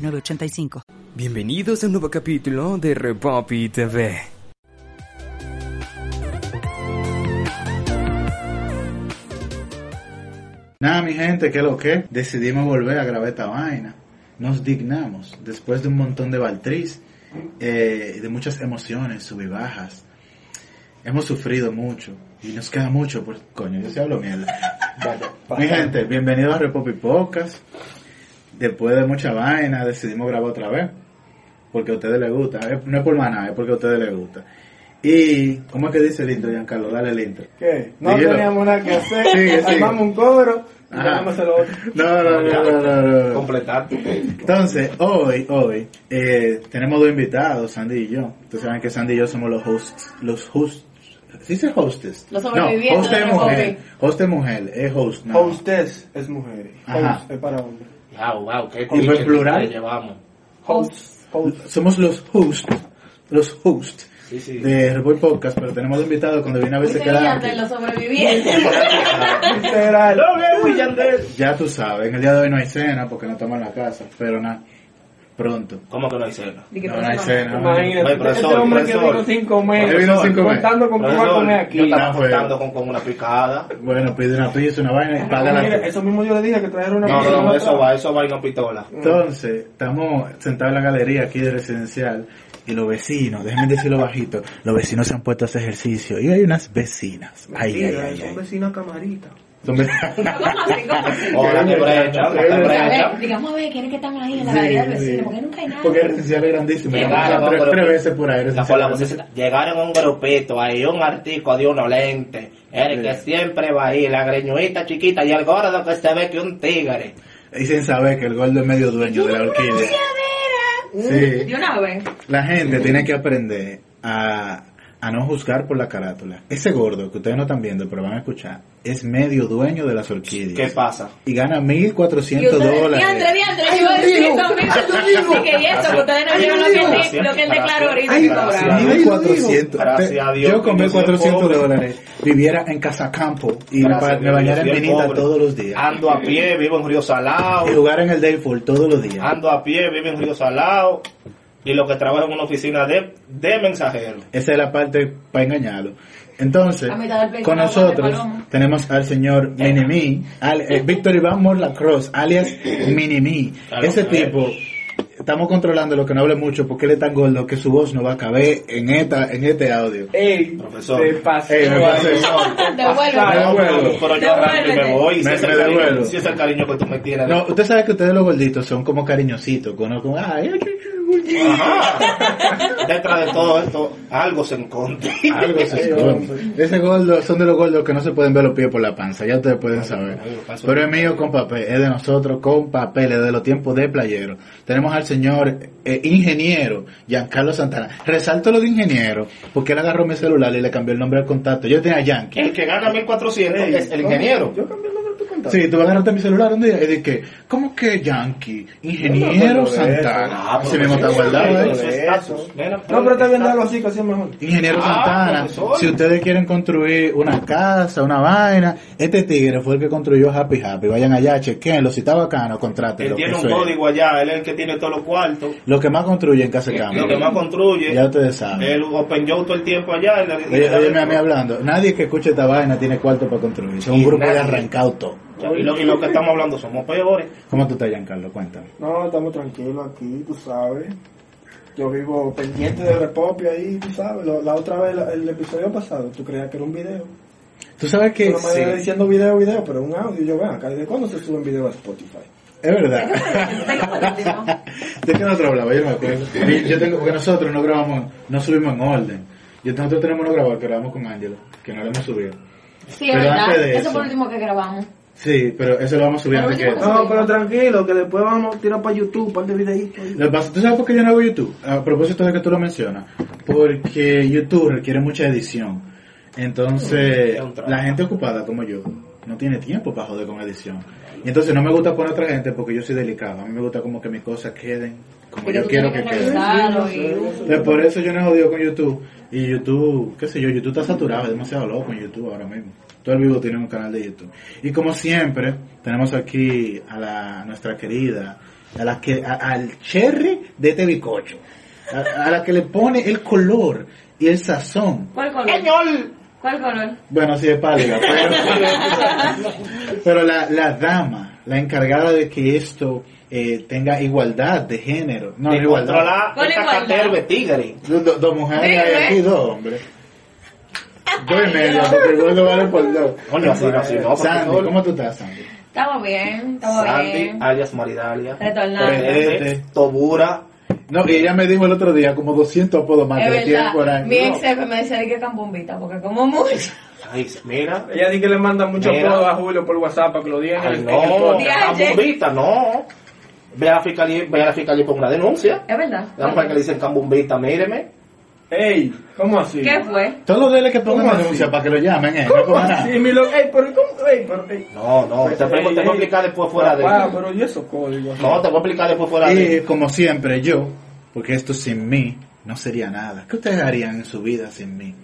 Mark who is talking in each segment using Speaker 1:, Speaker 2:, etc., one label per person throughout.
Speaker 1: 985.
Speaker 2: Bienvenidos a un nuevo capítulo de Repopi TV.
Speaker 3: Nada, mi gente, que lo que decidimos volver a grabar esta vaina. Nos dignamos después de un montón de baltriz, eh, de muchas emociones, sub y bajas. Hemos sufrido mucho y nos queda mucho por. Coño, yo se hablo mierda. mi gente, bienvenidos a Repopi Podcast después de mucha vaina decidimos grabar otra vez porque a ustedes les gusta Eh, no es por más nada es porque a ustedes les gusta y cómo es que dice el intro Giancarlo dale el intro
Speaker 4: ¿Qué? No
Speaker 3: Dígelo.
Speaker 4: teníamos nada que hacer,
Speaker 3: Sigue, sigue.
Speaker 4: armamos un coro y
Speaker 3: Ajá.
Speaker 4: ganamos el otro.
Speaker 3: no no no no, no, no, no.
Speaker 5: completar.
Speaker 3: entonces hoy hoy eh, tenemos dos invitados Sandy y yo ustedes saben que Sandy y yo somos los hosts los hosts ¿Sí dice hostes?
Speaker 6: Los
Speaker 3: no,
Speaker 6: sobrevivientes
Speaker 3: host
Speaker 6: de
Speaker 3: es
Speaker 6: la
Speaker 3: mujer.
Speaker 6: COVID.
Speaker 3: Host es mujer, es host. No.
Speaker 4: Hostess es mujer,
Speaker 3: Ajá.
Speaker 4: host es para hombre.
Speaker 5: Wow, wow, qué
Speaker 3: Y fue
Speaker 5: cliché
Speaker 3: plural.
Speaker 5: que llevamos.
Speaker 4: Host, host.
Speaker 3: Somos los hosts. Los hosts
Speaker 5: Sí, sí.
Speaker 3: de Revoy Podcast, pero tenemos dos invitados cuando viene a veces
Speaker 6: Muy
Speaker 3: queda.
Speaker 6: brillante, los sobrevivientes.
Speaker 4: Este era el hombre muy Yandel.
Speaker 3: Ya tú sabes, en el día de hoy no hay cena porque no estamos en la casa, pero nada, pronto.
Speaker 5: ¿Cómo que no hay cena?
Speaker 6: Di que
Speaker 3: No, no
Speaker 6: pasa
Speaker 3: hay
Speaker 6: nada.
Speaker 3: cena.
Speaker 4: Imagínate,
Speaker 5: Ay,
Speaker 4: este
Speaker 5: profesor,
Speaker 4: hombre que
Speaker 5: profesor.
Speaker 4: vino sin comer,
Speaker 3: Él vino sin comer.
Speaker 4: contando con que va a
Speaker 5: Profesor,
Speaker 4: comer
Speaker 5: Yo
Speaker 4: aquí.
Speaker 5: estaba
Speaker 3: No, fue-
Speaker 5: contando con, con una picada.
Speaker 3: Bueno, pide una pizza, una vaina y paga
Speaker 4: Mira,
Speaker 3: la.
Speaker 4: eso mismo yo le dije que trajeron una
Speaker 5: No, no,
Speaker 4: persona
Speaker 5: no, eso
Speaker 4: atrás.
Speaker 5: va, eso va y no pistola.
Speaker 3: Entonces, estamos sentados en la galería aquí de residencial y los vecinos, déjenme decirlo bajito, los vecinos se han puesto a hacer ejercicio y hay unas vecinas. Ay, ay,
Speaker 4: Mira,
Speaker 3: ay,
Speaker 4: son
Speaker 3: ay.
Speaker 4: vecinas camaritas.
Speaker 3: Son vecinas.
Speaker 6: ¿Cómo así? ¿Cómo así?
Speaker 5: Hola, qué brecha, qué
Speaker 6: A ver,
Speaker 5: brecha.
Speaker 6: digamos a ver quiénes que están ahí en la
Speaker 3: Sí,
Speaker 6: galería del
Speaker 3: sí.
Speaker 6: vecino, porque nunca hay nada.
Speaker 3: Porque el residencial es grandísimo.
Speaker 5: Llegaron,
Speaker 3: Llegaron
Speaker 5: no,
Speaker 3: tres,
Speaker 5: pero-
Speaker 3: tres veveces por ahí.
Speaker 5: La-
Speaker 3: residencial.
Speaker 5: con la vocecita. Llegaron un grupito, ahí un artico de uno lente, el que
Speaker 3: Sí.
Speaker 5: siempre va ahí, la greñuita chiquita y el gordo que se ve que un tigre.
Speaker 3: Y sin saber que el gordo es medio dueño de la orquídea. Sí.
Speaker 6: De una vez.
Speaker 3: La gente tiene que aprender a, a no juzgar por la carátula. Ese gordo que ustedes no están viendo, pero van a escuchar, es medio dueño de las orquídeas.
Speaker 5: ¿Qué pasa?
Speaker 3: Y gana
Speaker 6: Y
Speaker 3: 1.400
Speaker 6: ustedes, diantre,
Speaker 3: dólares.
Speaker 6: diantre, yo iba a decir eso mismo. Y que y eso, que ustedes no llevan lo que él- lo que él declaró ahorita.
Speaker 4: Ay,
Speaker 6: que cobraba.
Speaker 5: gracias.
Speaker 3: 1.400.
Speaker 5: Gracias a Dios
Speaker 3: Yo con
Speaker 5: que yo soy
Speaker 3: 1.400
Speaker 5: pobre.
Speaker 3: dólares viviera en Casacampo y me,
Speaker 5: Gracias,
Speaker 3: pa- me
Speaker 5: Dios,
Speaker 3: bañara en
Speaker 5: yo soy
Speaker 3: vinita
Speaker 5: pobre.
Speaker 3: todos los días.
Speaker 5: Ando a pie, vivo en Río Salado.
Speaker 3: Y jugar en el Dayfall todos los días.
Speaker 5: Ando a pie, vivo en Río Salado. Y los que trabajan en una oficina de, de mensajeros.
Speaker 3: Esa es la parte para engañarlo. Entonces,
Speaker 6: A mitad del
Speaker 3: con
Speaker 6: película,
Speaker 3: nosotros
Speaker 6: de Paloma.
Speaker 3: tenemos al señor Minimi, al, eh, Víctor Iván Morlacross, alias Minimi.
Speaker 5: Claro,
Speaker 3: Ese
Speaker 5: claro.
Speaker 3: tipo, estamos controlando lo que no hable mucho porque él es tan gordo que su voz no va a caber en, esta, en este audio.
Speaker 4: Ey,
Speaker 5: Profesor.
Speaker 4: se pasó.
Speaker 3: Ey, me pasé.
Speaker 6: Devuélvete.
Speaker 3: Me
Speaker 5: No,
Speaker 3: devuelvo.
Speaker 5: pero, pero yo arranco y me voy. Si
Speaker 3: Me-
Speaker 5: ese
Speaker 3: me devuelvo.
Speaker 5: cariño- si ese es el cariño que tú me tienes.
Speaker 3: No, usted sabe que ustedes los gorditos son como cariñositos, como, como, ay, ay, ay, ay, ay.
Speaker 5: Ajá. Detrás de todo esto, algo se encuentra.
Speaker 3: Algo se esconde. Ese gordo son de los gordos que no se pueden ver los pies por la panza, ya ustedes pueden saber. Pero es mío con papel, es de nosotros con papel, es de los tiempos de playero. Tenemos al señor eh, ingeniero Giancarlo Santana. Resalto lo de ingeniero, porque él agarró mi celular y le cambió el nombre al contacto. Yo tenía Yankee.
Speaker 5: El que gana 1400 es el ingeniero.
Speaker 4: Yo cambié el nombre de tu contacto.
Speaker 3: Sí, tú agarraste mi celular un día y dije, ¿cómo que Yankee? Ingeniero Santana. Así mismo está guardado, ¿eh?
Speaker 5: Ah, Eso es estatus, nena.
Speaker 4: No, pero está bien darlo así, que así es mejor.
Speaker 3: Ingeniero
Speaker 5: Ah,
Speaker 3: Santana,
Speaker 5: profesor.
Speaker 3: si ustedes quieren construir una casa, una vaina, este tigre fue el que construyó Happy Happy. Vayan allá, chequenlo, si está bacano,
Speaker 5: Él
Speaker 3: contrátenlo.
Speaker 5: tiene
Speaker 3: eso
Speaker 5: un
Speaker 3: es.
Speaker 5: código allá, él es el que tiene todos los cuartos.
Speaker 3: Lo que más construye en Casa
Speaker 5: Lo que más
Speaker 3: Cámara.
Speaker 5: construye.
Speaker 3: Ah, Ya ustedes saben.
Speaker 5: El Open Joe todo el tiempo allá. en la- en
Speaker 3: Oye,
Speaker 5: la-
Speaker 3: óyeme a mí hablando. Nadie que escuche esta vaina tiene cuarto para construir. Son un
Speaker 5: Y
Speaker 3: grupo de
Speaker 5: nadie.
Speaker 3: arrancado todo.
Speaker 5: Y lo, y lo que estamos hablando somos peores.
Speaker 3: ¿Cómo tú estás, Giancarlo? Cuéntame.
Speaker 4: No, estamos tranquilos aquí, tú sabes. Yo vivo pendiente de Repopio ahí, tú sabes. Lo- la otra vez, la- el episodio pasado, tú creías que era un video.
Speaker 3: Tú sabes que...
Speaker 4: Tú nomás
Speaker 3: sí,
Speaker 4: ibas diciendo video, video, pero un audio. Yo, ven acá, ¿de cuándo se suben videos a Spotify?
Speaker 3: es verdad. ¿De qué nosotros hablaba? Yo no me acuerdo. Y Yo tengo, porque nosotros no grabamos, no subimos en orden. Yo, nosotros tenemos uno grabado que grabamos con Ángelo, que no lo hemos subido.
Speaker 6: Sí, es
Speaker 3: Pero
Speaker 6: verdad.
Speaker 3: antes de
Speaker 6: Eso
Speaker 3: eso.
Speaker 6: fue lo último que grabamos.
Speaker 3: Sí, pero eso lo vamos a subir
Speaker 6: Pero
Speaker 3: antes que...
Speaker 6: yo-
Speaker 4: No, pero tranquilo, que después vamos a tirar para YouTube un par de videitos.
Speaker 3: Lo que pasa- ¿Tú sabes por qué yo no hago YouTube? A propósito de que tú lo mencionas. Porque YouTube requiere mucha edición. Entonces,
Speaker 5: es un trabajo.
Speaker 3: la gente ocupada como yo no tiene tiempo para joder con edición. Y entonces no me gusta poner otra gente porque yo soy delicado. A mí me gusta como que mis cosas queden como
Speaker 6: Pero
Speaker 3: yo
Speaker 6: tú
Speaker 3: quiero que
Speaker 6: tienes que
Speaker 3: queden.
Speaker 6: analizarlo y-
Speaker 3: Entonces, por eso yo no he jodido con YouTube. Y YouTube, qué sé yo, YouTube está saturado, es demasiado loco en YouTube ahora mismo. Todo el vivo tiene un canal de YouTube. Y como siempre, tenemos aquí a la, nuestra querida, a la que, a- al cherry de este bicocho. A, a la que le pone el color y el sazón.
Speaker 6: ¿Cuál color? ¿Cuál color?
Speaker 3: Bueno, sí, es pálida, pero, pero la, la dama, la encargada de que esto eh, tenga igualdad de género. No,
Speaker 5: de
Speaker 3: no igualdad.
Speaker 5: controlar
Speaker 6: Con
Speaker 5: esta
Speaker 6: igualdad.
Speaker 5: caterva de tigre.
Speaker 3: Dos dos- dos mujeres
Speaker 6: Dime.
Speaker 3: hay aquí, dos hombres. Dos y medio, porque el gordo vale por dos.
Speaker 5: Coño, así no, así no, porque
Speaker 3: Sandy,
Speaker 5: todo-
Speaker 3: ¿cómo tú estás, Sandy?
Speaker 6: Estamos bien, estamos
Speaker 5: Sandy,
Speaker 6: bien.
Speaker 5: alias Maridalia.
Speaker 6: Retornando.
Speaker 5: Perete, Tobura.
Speaker 3: No, y ella me dijo el otro día como 200 apodos más
Speaker 6: Es
Speaker 3: que le tienen por
Speaker 6: verdad.
Speaker 3: ahí.
Speaker 6: Mi
Speaker 3: No.
Speaker 6: ex jefe me decía "Di que cambombita porque como mucho.
Speaker 5: Ay, mira.
Speaker 7: Ella dice que le manda mucho
Speaker 5: Mira.
Speaker 7: apodo a Julio por WhatsApp para que lo digan. en
Speaker 5: Ay,
Speaker 7: el- en el
Speaker 5: no.
Speaker 7: podcast.
Speaker 5: La bombita, no. Ve a la fiscalía, ve a la fiscalía por una denuncia.
Speaker 6: Es verdad.
Speaker 5: La mujer que le dicen cambumbita, míreme.
Speaker 7: Ey, ¿cómo así?
Speaker 6: ¿Qué fue?
Speaker 3: Todos dele que pongan
Speaker 7: ¿Cómo
Speaker 3: una
Speaker 7: así?
Speaker 3: denuncia para que lo llamen, ¿eh? No
Speaker 7: ¿Cómo
Speaker 3: pongan nada.
Speaker 7: así, mi lo- Ey, pero ¿cómo? Ey, pero, ey.
Speaker 5: No, no, te,
Speaker 7: Ey,
Speaker 5: voy- te voy a
Speaker 7: ey.
Speaker 5: explicar después fuera de.
Speaker 7: Papá, pero ¿y esos códigos?
Speaker 5: No, te voy a explicar después fuera de.
Speaker 3: Y como siempre, yo, porque esto sin mí no sería nada. ¿Qué ustedes harían en su vida sin mí?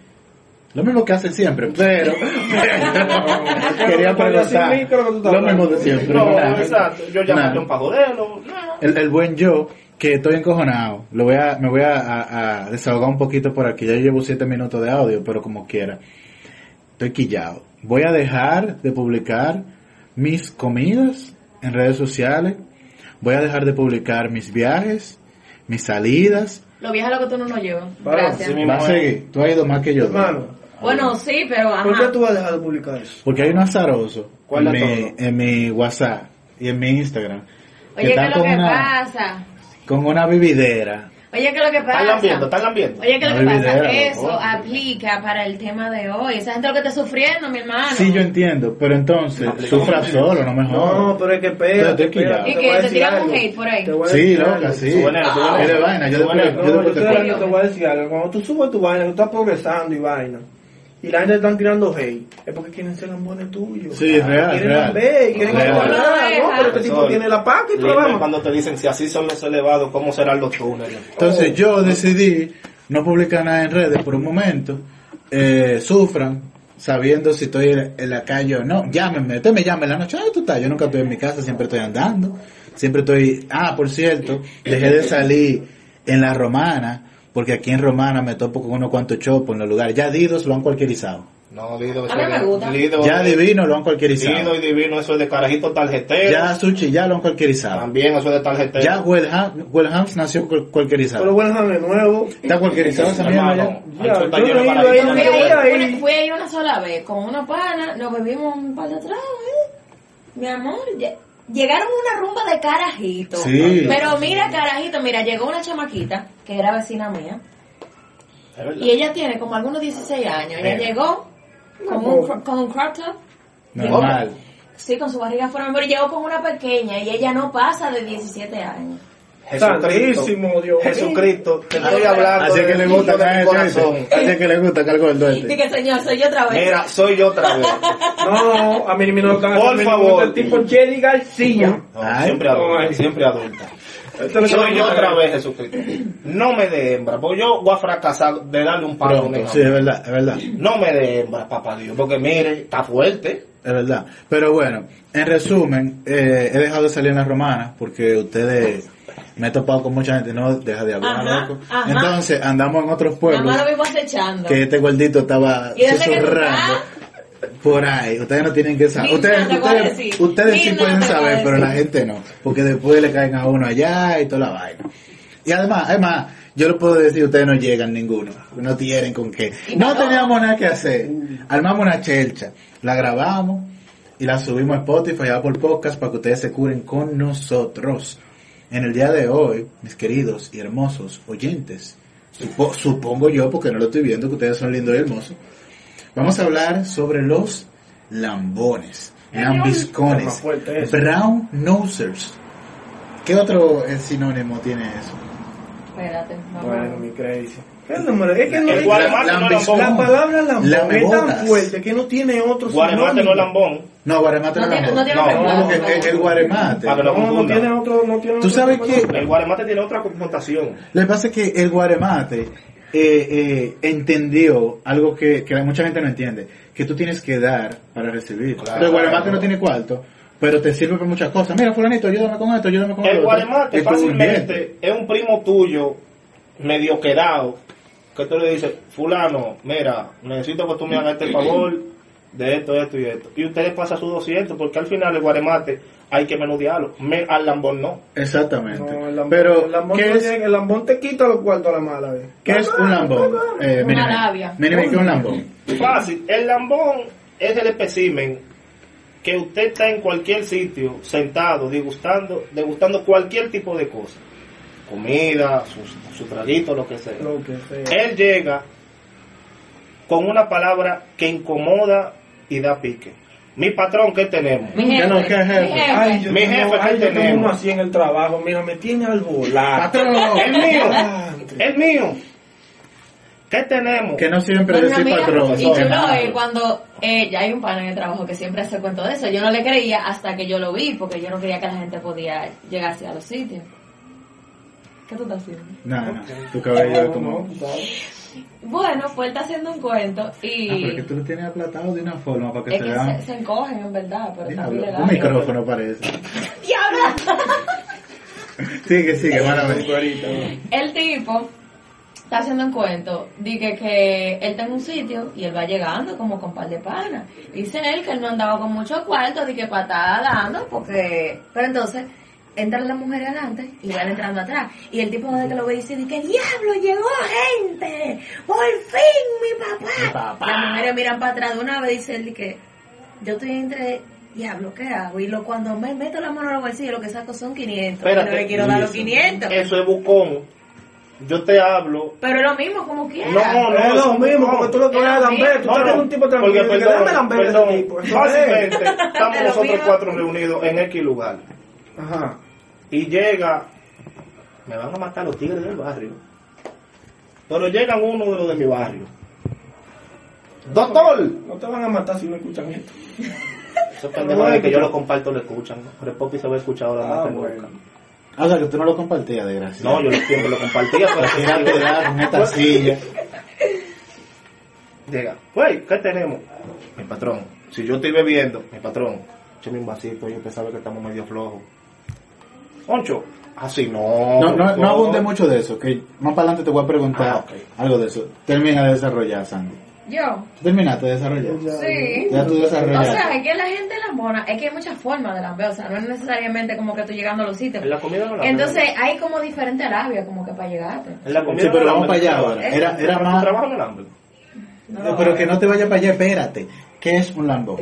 Speaker 3: Lo mismo que hacen siempre, pero... Quería
Speaker 7: Pero sin mí,
Speaker 3: preguntar.
Speaker 7: creo que tú estás
Speaker 3: Lo mismo de
Speaker 7: hablando.
Speaker 3: siempre.
Speaker 5: No,
Speaker 3: nada.
Speaker 5: exacto. Yo llamo
Speaker 3: Nada.
Speaker 5: a John Pajodelo. No.
Speaker 3: el, el buen yo, que estoy encojonado, lo voy a, me voy a, a- a desahogar un poquito por aquí. Ya llevo siete minutos de audio, pero como quiera. Estoy quillado. Voy a dejar de publicar mis comidas en redes sociales. Voy a dejar de publicar mis viajes, mis salidas.
Speaker 6: Lo vieja lo que tú no nos llevas.
Speaker 7: Claro,
Speaker 6: Gracias.
Speaker 5: sí, mi-
Speaker 3: Va a seguir. Tú has ido más que yo.
Speaker 7: Hermano,
Speaker 6: Bueno, sí, pero ajá.
Speaker 7: ¿por qué tú vas a dejar de publicar eso?
Speaker 3: Porque hay un azaroso
Speaker 5: ¿Cuál
Speaker 3: en
Speaker 5: de
Speaker 3: mi,
Speaker 5: todos?
Speaker 3: en mi WhatsApp y en mi Instagram.
Speaker 6: Oye, ¿qué
Speaker 3: están
Speaker 6: es lo
Speaker 3: con
Speaker 6: que
Speaker 3: una-
Speaker 6: pasa?
Speaker 3: Con una vividera.
Speaker 6: Oye, ¿qué es lo que
Speaker 5: Están lambiendo,
Speaker 6: pasa?
Speaker 5: están lambiendo.
Speaker 6: Oye, ¿qué es lo
Speaker 3: No
Speaker 6: que
Speaker 3: hay
Speaker 6: pasa?
Speaker 3: video,
Speaker 6: Eso
Speaker 5: loco.
Speaker 6: aplica para el tema de hoy. Esa gente lo que está sufriendo, mi hermano.
Speaker 3: Sí, yo entiendo, pero entonces sufra solo, no me jodas.
Speaker 7: No, pero es que
Speaker 3: Pero te
Speaker 7: espérate,
Speaker 3: quilla.
Speaker 7: espérate,
Speaker 6: Y
Speaker 7: te
Speaker 6: que
Speaker 7: voy a
Speaker 6: te
Speaker 7: decir
Speaker 6: tiran un
Speaker 7: algo.
Speaker 6: hate por ahí.
Speaker 7: Te voy a
Speaker 3: Sí,
Speaker 7: decir
Speaker 3: loca,
Speaker 7: algo.
Speaker 3: sí.
Speaker 5: Tú eres- tú eres-
Speaker 3: Eres vaina, yo
Speaker 5: tú
Speaker 3: después,
Speaker 5: eres-
Speaker 3: yo
Speaker 7: No, yo
Speaker 3: después te
Speaker 7: estoy
Speaker 3: cuento.
Speaker 7: hablando, te voy a decir algo. Cuando tú subes tu vaina, tú estás progresando y vaina. Y la gente te están tirando hate. Es porque quieren ser lambones tuyos.
Speaker 3: Sí, es real,
Speaker 7: Quieren
Speaker 3: real.
Speaker 7: lamber, quieren
Speaker 5: Real.
Speaker 7: controlar. No, pero este
Speaker 5: Eso
Speaker 7: tipo
Speaker 5: es-
Speaker 7: tiene la pata y tú
Speaker 5: Lindo
Speaker 7: la vamos.
Speaker 5: cuando te dicen si así son los elevados, ¿cómo serán los túneles?
Speaker 3: Entonces yo decidí no publicar nada en redes por un momento. Eh, sufran sabiendo si estoy en en la calle o no. Llámenme, usted me llama en la noche. Ah, tú estás, yo nunca estoy en mi casa, siempre estoy andando. Siempre estoy... Ah, por cierto, dejé de salir en la romana. Porque aquí en Romana me topo con unos cuantos chopos en los lugares. Ya Didos lo han cualquierizado.
Speaker 5: No, Lido,
Speaker 6: A mí me gusta.
Speaker 5: Lido,
Speaker 3: Ya Divino lo han
Speaker 5: Lido
Speaker 3: cualquierizado.
Speaker 5: y Divino, eso es de carajito tarjetero.
Speaker 3: Ya Sushi ya lo han cualquierizado.
Speaker 5: También, eso es de tarjetero.
Speaker 3: Ya Wellham- Wellhams nació cual-
Speaker 7: Pero
Speaker 3: cualquierizado.
Speaker 7: bueno, de nuevo.
Speaker 3: Está cualquierizado esa mierda ya.
Speaker 5: hermano.
Speaker 7: Ya,
Speaker 5: eso está
Speaker 7: yo no
Speaker 5: lleno
Speaker 7: he
Speaker 5: de
Speaker 7: ido ahí, no
Speaker 5: barato.
Speaker 6: Fui
Speaker 7: he ido.
Speaker 6: a, ir,
Speaker 7: ahí.
Speaker 6: una- fui a ir una sola vez con unos panas, nos bebimos un par de tragos. ¿eh? Mi amor, lle- llegaron una rumba de carajito.
Speaker 3: Sí.
Speaker 6: Pero mira, carajito, mira, llegó una chamaquita que era vecina mía
Speaker 5: Es verdad.
Speaker 6: y ella tiene como algunos 16 años. Ella
Speaker 5: Mira.
Speaker 6: llegó con un, cro- con un crop top,
Speaker 3: Normal.
Speaker 6: sí, con su barriga fuera, pero llegó con una pequeña y ella no pasa de 17 años.
Speaker 7: Santísimo, Dios mío.
Speaker 5: Jesucristo, te estoy hablando.
Speaker 3: Así es que
Speaker 5: del
Speaker 3: le gusta
Speaker 5: niño de mi
Speaker 3: caer
Speaker 5: corazón.
Speaker 3: Así es que le gusta cargo el duende.
Speaker 6: Dije, señor, soy yo otra vez.
Speaker 5: Mira, soy yo otra vez.
Speaker 7: No, a mí me lo están
Speaker 5: Por
Speaker 7: haciendo, a mí me
Speaker 5: favor.
Speaker 7: gusta El tipo Jenny García.
Speaker 5: No,
Speaker 3: Ay.
Speaker 5: siempre adulta,
Speaker 7: Ay.
Speaker 5: siempre adulta.
Speaker 7: Esto es lo que
Speaker 5: Soy
Speaker 7: me
Speaker 5: yo
Speaker 7: gusta.
Speaker 5: otra vez, Jesucristo. No me dé hembra, porque yo voy a fracasar de darle un palo. a un
Speaker 3: Pronto,
Speaker 5: enano.
Speaker 3: sí, es verdad, es verdad,
Speaker 5: No me dé hembra, papá Dios, porque mire, está fuerte.
Speaker 3: es verdad. Pero bueno, en resumen, eh, he dejado de salir en las romanas porque ustedes me he topado con mucha gente, no deja de hablar,
Speaker 6: Ajá,
Speaker 3: loco.
Speaker 6: ajá.
Speaker 3: Entonces andamos en otros
Speaker 6: Nada
Speaker 3: pueblos
Speaker 6: más lo vimos acechando.
Speaker 3: que este gordito estaba
Speaker 6: ¿Y dónde que tú
Speaker 3: susurrando por ahí. Ustedes no tienen que saber.
Speaker 6: Ni
Speaker 3: Ustedes,
Speaker 6: nada,
Speaker 3: ustedes,
Speaker 6: voy a decir.
Speaker 3: ustedes
Speaker 6: Ni
Speaker 3: sí
Speaker 6: nada,
Speaker 3: pueden
Speaker 6: voy a
Speaker 3: saber, pero
Speaker 6: decir.
Speaker 3: la gente no. Porque después le caen a uno allá y toda la vaina. Y además, además, yo lo puedo decir, ustedes no llegan ninguno. No tienen con qué.
Speaker 6: Y
Speaker 3: No
Speaker 6: no.
Speaker 3: teníamos nada que hacer. Armamos una chelcha. La grabamos y la subimos a Spotify, a Apple Podcast para que ustedes se curen con nosotros. En el día de hoy, mis queridos y hermosos oyentes, supo- supongo yo, porque no lo estoy viendo, que ustedes son lindos y hermosos, vamos a hablar sobre los lambones. eran
Speaker 7: Más
Speaker 3: viscones,
Speaker 7: fuerte eso.
Speaker 3: brown nosers. ¿Qué otro eh, sinónimo tiene eso?
Speaker 6: Espérate, no.
Speaker 7: Bueno, mi crazy. ¿Qué nombre? Es que no
Speaker 5: El
Speaker 7: es que la,
Speaker 5: guaremate no es
Speaker 3: Lambiscón.
Speaker 7: la
Speaker 5: lambón.
Speaker 7: palabra lambón es tan
Speaker 3: Lamebotas.
Speaker 7: fuerte que no tiene otro
Speaker 5: Guaremate no es
Speaker 7: sinónimo.
Speaker 5: lambón.
Speaker 3: No, guaremate
Speaker 6: No
Speaker 3: no,
Speaker 6: tiene-
Speaker 3: era
Speaker 6: no tiene
Speaker 3: no,
Speaker 5: mezclado,
Speaker 3: porque
Speaker 6: no.
Speaker 3: el, el guaremate.
Speaker 5: Para que lo
Speaker 7: No, no tiene
Speaker 5: confundan.
Speaker 7: otro, no tiene
Speaker 3: ¿Tú
Speaker 7: otro
Speaker 3: sabes
Speaker 7: nombre.
Speaker 3: qué?
Speaker 5: El guaremate tiene otra connotación.
Speaker 3: Lo que pasa es que el Guaremate eh, eh, entendió algo que, que la- mucha gente no entiende, que tú tienes que dar para recibir.
Speaker 5: Claro.
Speaker 3: Pero el Guaremate no tiene cuarto, pero te sirve para muchas cosas. Mira, fulanito, ayúdame con esto, ayúdame con lo
Speaker 5: El
Speaker 3: otro.
Speaker 5: guaremate
Speaker 3: Y tú inviertes.
Speaker 5: fácilmente es un primo tuyo, medio quedado, que tú le dices, fulano, mira, necesito que tú me hagas este favor de esto, esto y esto. Y ustedes pasan sus 200, porque al final el guaremate hay que menudearlo. Me, al lambón no.
Speaker 3: Exactamente.
Speaker 7: No, el lambón,
Speaker 3: pero,
Speaker 7: el lambón,
Speaker 3: ¿qué
Speaker 7: no
Speaker 3: es,
Speaker 7: tiene- el lambón te quita los cuartos a la mala. ¿eh?
Speaker 3: qué es un lambón? Eh,
Speaker 6: Una
Speaker 3: Minimay.
Speaker 6: labia.
Speaker 3: Minimay, ¿qué es un lambón?
Speaker 5: Fácil. El lambón es el espécimen que usted está en cualquier sitio, sentado, degustando, degustando cualquier tipo de cosa. Comida, su, su traguito, lo que sea.
Speaker 7: Lo que sea.
Speaker 5: Él llega con una palabra que incomoda y da pique. Mi patrón, ¿qué tenemos?
Speaker 6: Mi jefe.
Speaker 3: Ya no, ¿qué es jefe?
Speaker 6: Mi jefe.
Speaker 7: Ay, yo
Speaker 5: Mi
Speaker 7: tengo-
Speaker 5: jefe,
Speaker 7: ay,
Speaker 5: ¿qué
Speaker 7: yo tengo
Speaker 5: tenemos?
Speaker 7: uno así en el trabajo. Mira, me tiene al volar.
Speaker 5: El
Speaker 3: ¡Patrón!
Speaker 5: mío,
Speaker 7: Ah,
Speaker 5: el mío. ¿Qué tenemos?
Speaker 3: que no siempre
Speaker 6: Bueno,
Speaker 3: decir
Speaker 6: mira,
Speaker 3: patrón.
Speaker 6: Y
Speaker 3: es
Speaker 6: yo
Speaker 3: malo.
Speaker 6: lo eh, cuando eh, ya hay un pana en el trabajo que siempre hace cuento de eso. Yo no le creía hasta que yo lo vi, porque yo no creía que la gente podía llegar así a los sitios. ¿Qué tú estás haciendo?
Speaker 3: No, no, tu cabello es como...
Speaker 7: no, tú sabes.
Speaker 6: Bueno, pues él está haciendo un cuento
Speaker 3: Ah, pero es que
Speaker 6: y
Speaker 3: tú lo tienes aplatado de una forma para que
Speaker 6: es
Speaker 3: se
Speaker 6: que
Speaker 3: vean...
Speaker 6: se, se encogen en verdad, pero está muy
Speaker 3: Diablo,
Speaker 6: legal.
Speaker 3: un micrófono parece.
Speaker 6: ¡Diablo!
Speaker 3: Sigue, sigue, van a ver.
Speaker 6: El tipo está haciendo un cuento, dije que él está en un sitio y él va llegando como con par de pana. Dice él que él no andaba con mucho cuarto, di que patada dando, porque... Pero entonces entran las mujeres adelante y van entrando atrás. Y el tipo de que lo ve dice, di que diablo, llegó gente, por fin mi papá. Las mujeres miran para atrás de una vez y dice él di que yo estoy entre... Diablo, ¿qué hago? Y lo, cuando me meto la mano en los bolsillos, lo que saco son 500. Pero
Speaker 5: Espérate.
Speaker 6: no le quiero dar los 500.
Speaker 5: Eso es bucón. Yo te hablo.
Speaker 6: Pero lo mismo, como quiera.
Speaker 5: No, no,
Speaker 7: Es
Speaker 5: eso
Speaker 7: lo Eh, mismo, porque tú lo que
Speaker 6: Es lo
Speaker 7: eres Lambert, tú
Speaker 5: No,
Speaker 7: eres
Speaker 5: no,
Speaker 7: un tipo
Speaker 5: porque
Speaker 7: tranquilo. que
Speaker 5: perdón,
Speaker 7: Dame Lambert a pues. Eh, ese tipo.
Speaker 5: perdón,
Speaker 7: eso es.
Speaker 5: fácilmente estamos
Speaker 6: Te lo
Speaker 5: nosotros
Speaker 6: pido.
Speaker 5: cuatro reunidos en X lugar
Speaker 7: Ajá.
Speaker 5: y llega, me van a matar los tigres del barrio, pero llegan uno de los de mi barrio. Doctor,
Speaker 7: No te van a matar si no escuchan esto.
Speaker 5: eso es pendejo de que yo lo comparto, lo escuchan. Pero Poppy se va a escuchar ahora
Speaker 7: Ah,
Speaker 5: más que
Speaker 7: bueno.
Speaker 5: nunca.
Speaker 3: Ah, o sea, que tú no lo compartías, de gracia.
Speaker 5: No, yo lo- siempre lo compartía, pero
Speaker 3: Porque era tu edad, con esta silla.
Speaker 5: Llega, güey, ¿qué tenemos? Mi patrón. Si yo estoy bebiendo, mi patrón, échame un vasito, yo que sabe que estamos medio flojos. Oncho, así no.
Speaker 3: No, no, no
Speaker 5: doctor.
Speaker 3: abunde mucho de eso, que más para adelante te voy a preguntar
Speaker 5: Ah, ok.
Speaker 3: algo de eso. Termina de desarrollar, Sandy.
Speaker 6: Yo,
Speaker 3: ¿Tú terminaste de desarrollar?
Speaker 6: sí.
Speaker 3: Ya tú
Speaker 6: O
Speaker 3: desarrollaste.
Speaker 6: sea, es que la gente la mona, es que hay muchas formas de lamber, o sea, no es necesariamente como que tú llegando a los sitios.
Speaker 5: En la comida no la
Speaker 6: Entonces, hay como diferentes labias como que para llegarte.
Speaker 5: En la comida
Speaker 3: sí,
Speaker 5: no
Speaker 3: pero
Speaker 5: la
Speaker 3: vamos para
Speaker 5: hambre.
Speaker 3: allá ahora. Era, era
Speaker 5: Tu
Speaker 3: más...
Speaker 5: trabajo no la hambre.
Speaker 3: No, pero que no te vaya para allá, espérate. ¿Qué es un Lambo?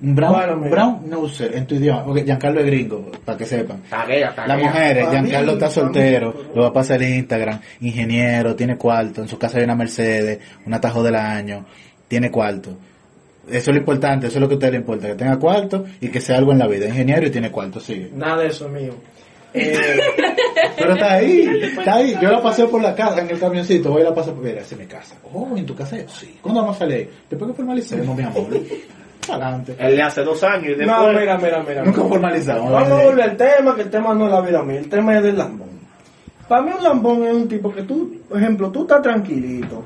Speaker 3: Un brown,
Speaker 7: Bueno, mira.
Speaker 3: brown noser en tu idioma. Porque Giancarlo es gringo, para que sepan.
Speaker 5: Taguea, taguea.
Speaker 3: Las mujeres,
Speaker 7: Para mí,
Speaker 3: Giancarlo está
Speaker 7: para mí,
Speaker 3: soltero,
Speaker 7: por favor.
Speaker 3: lo va a pasar en Instagram, ingeniero, tiene cuarto, en su casa hay una Mercedes, un atajo del año, tiene cuarto. Eso es lo importante, eso es lo que a usted le importa, que tenga cuarto y que sea algo en la vida, ingeniero y tiene cuarto, sí.
Speaker 7: Nada de eso es mío. Eh,
Speaker 3: Pero está ahí, está ahí, yo la pasé por la casa, en el camioncito, voy a la paso por, mira, esa es mi casa. Oh, ¿en tu casa? es? Sí. ¿Cuándo vamos a salir? Después que formalicemos, mi amor. Adelante.
Speaker 5: Él le hace dos años y después.
Speaker 7: no, mira, mira, mira.
Speaker 3: Nunca formalizamos.
Speaker 7: Vamos a volver al tema, que el tema no es la vida mía, el tema es del lambón. Para mí un lambón es un tipo que tú, por ejemplo, tú estás tranquilito,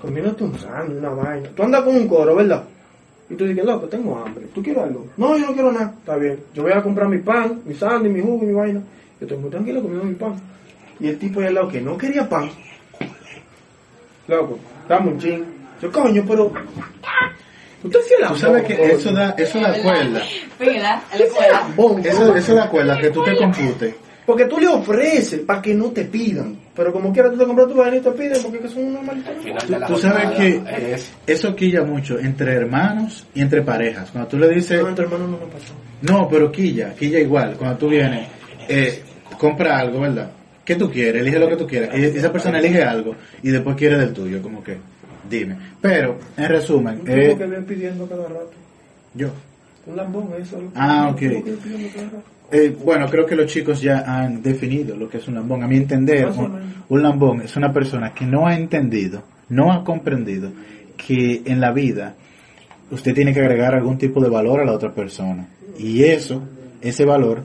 Speaker 7: comiéndote un sándwich, una vaina. Tú andas con un coro, ¿verdad? Y tú dices, loco, tengo hambre. ¿Tú quieres algo? No, yo no quiero nada. Está bien. Yo voy a comprar mi pan, mi sándwich, mi jugo, y mi vaina. Yo estoy muy tranquilo comiendo mi pan. Y el tipo ahí al lado que no quería pan. Loco, dame un ching. Yo, coño, pero... Usted sí es lambón.
Speaker 3: Tú sabes que
Speaker 7: coño.
Speaker 3: eso da, eso da cuerda.
Speaker 6: Pila, la escuela.
Speaker 7: Lambón,
Speaker 3: Eso, eso da cuerda, que tú te computes.
Speaker 7: Porque tú le ofreces para que no te pidan. Pero como quiera tú te compras tu vaina y te piden porque que son unos malditos.
Speaker 5: Al final
Speaker 3: Tú,
Speaker 5: de la
Speaker 3: tú sabes
Speaker 5: jornada
Speaker 3: que
Speaker 5: es-
Speaker 3: eso quilla mucho entre hermanos y entre parejas. Cuando tú le dices,
Speaker 7: No, entre hermanos no me pasó.
Speaker 3: no, pero quilla, quilla igual. Cuando tú vienes, eh, compra algo, ¿verdad? ¿Qué tú quieres? Elige lo que tú quieras. Y esa persona elige algo y después quiere del tuyo, como que, dime. Pero, en resumen,
Speaker 7: Un tipo
Speaker 3: eh,
Speaker 7: que viene pidiendo cada rato.
Speaker 3: yo.
Speaker 7: Un lambón, eso. es lo que-
Speaker 3: Ah, ok.
Speaker 7: lo que tiene, claro.
Speaker 3: Eh, bueno, creo que los chicos ya han definido lo que es un lambón. A mi entender,
Speaker 7: Más o menos.
Speaker 3: un, un lambón es una persona que no ha entendido, no ha comprendido que en la vida usted tiene que agregar algún tipo de valor a la otra persona. Y eso, ese valor,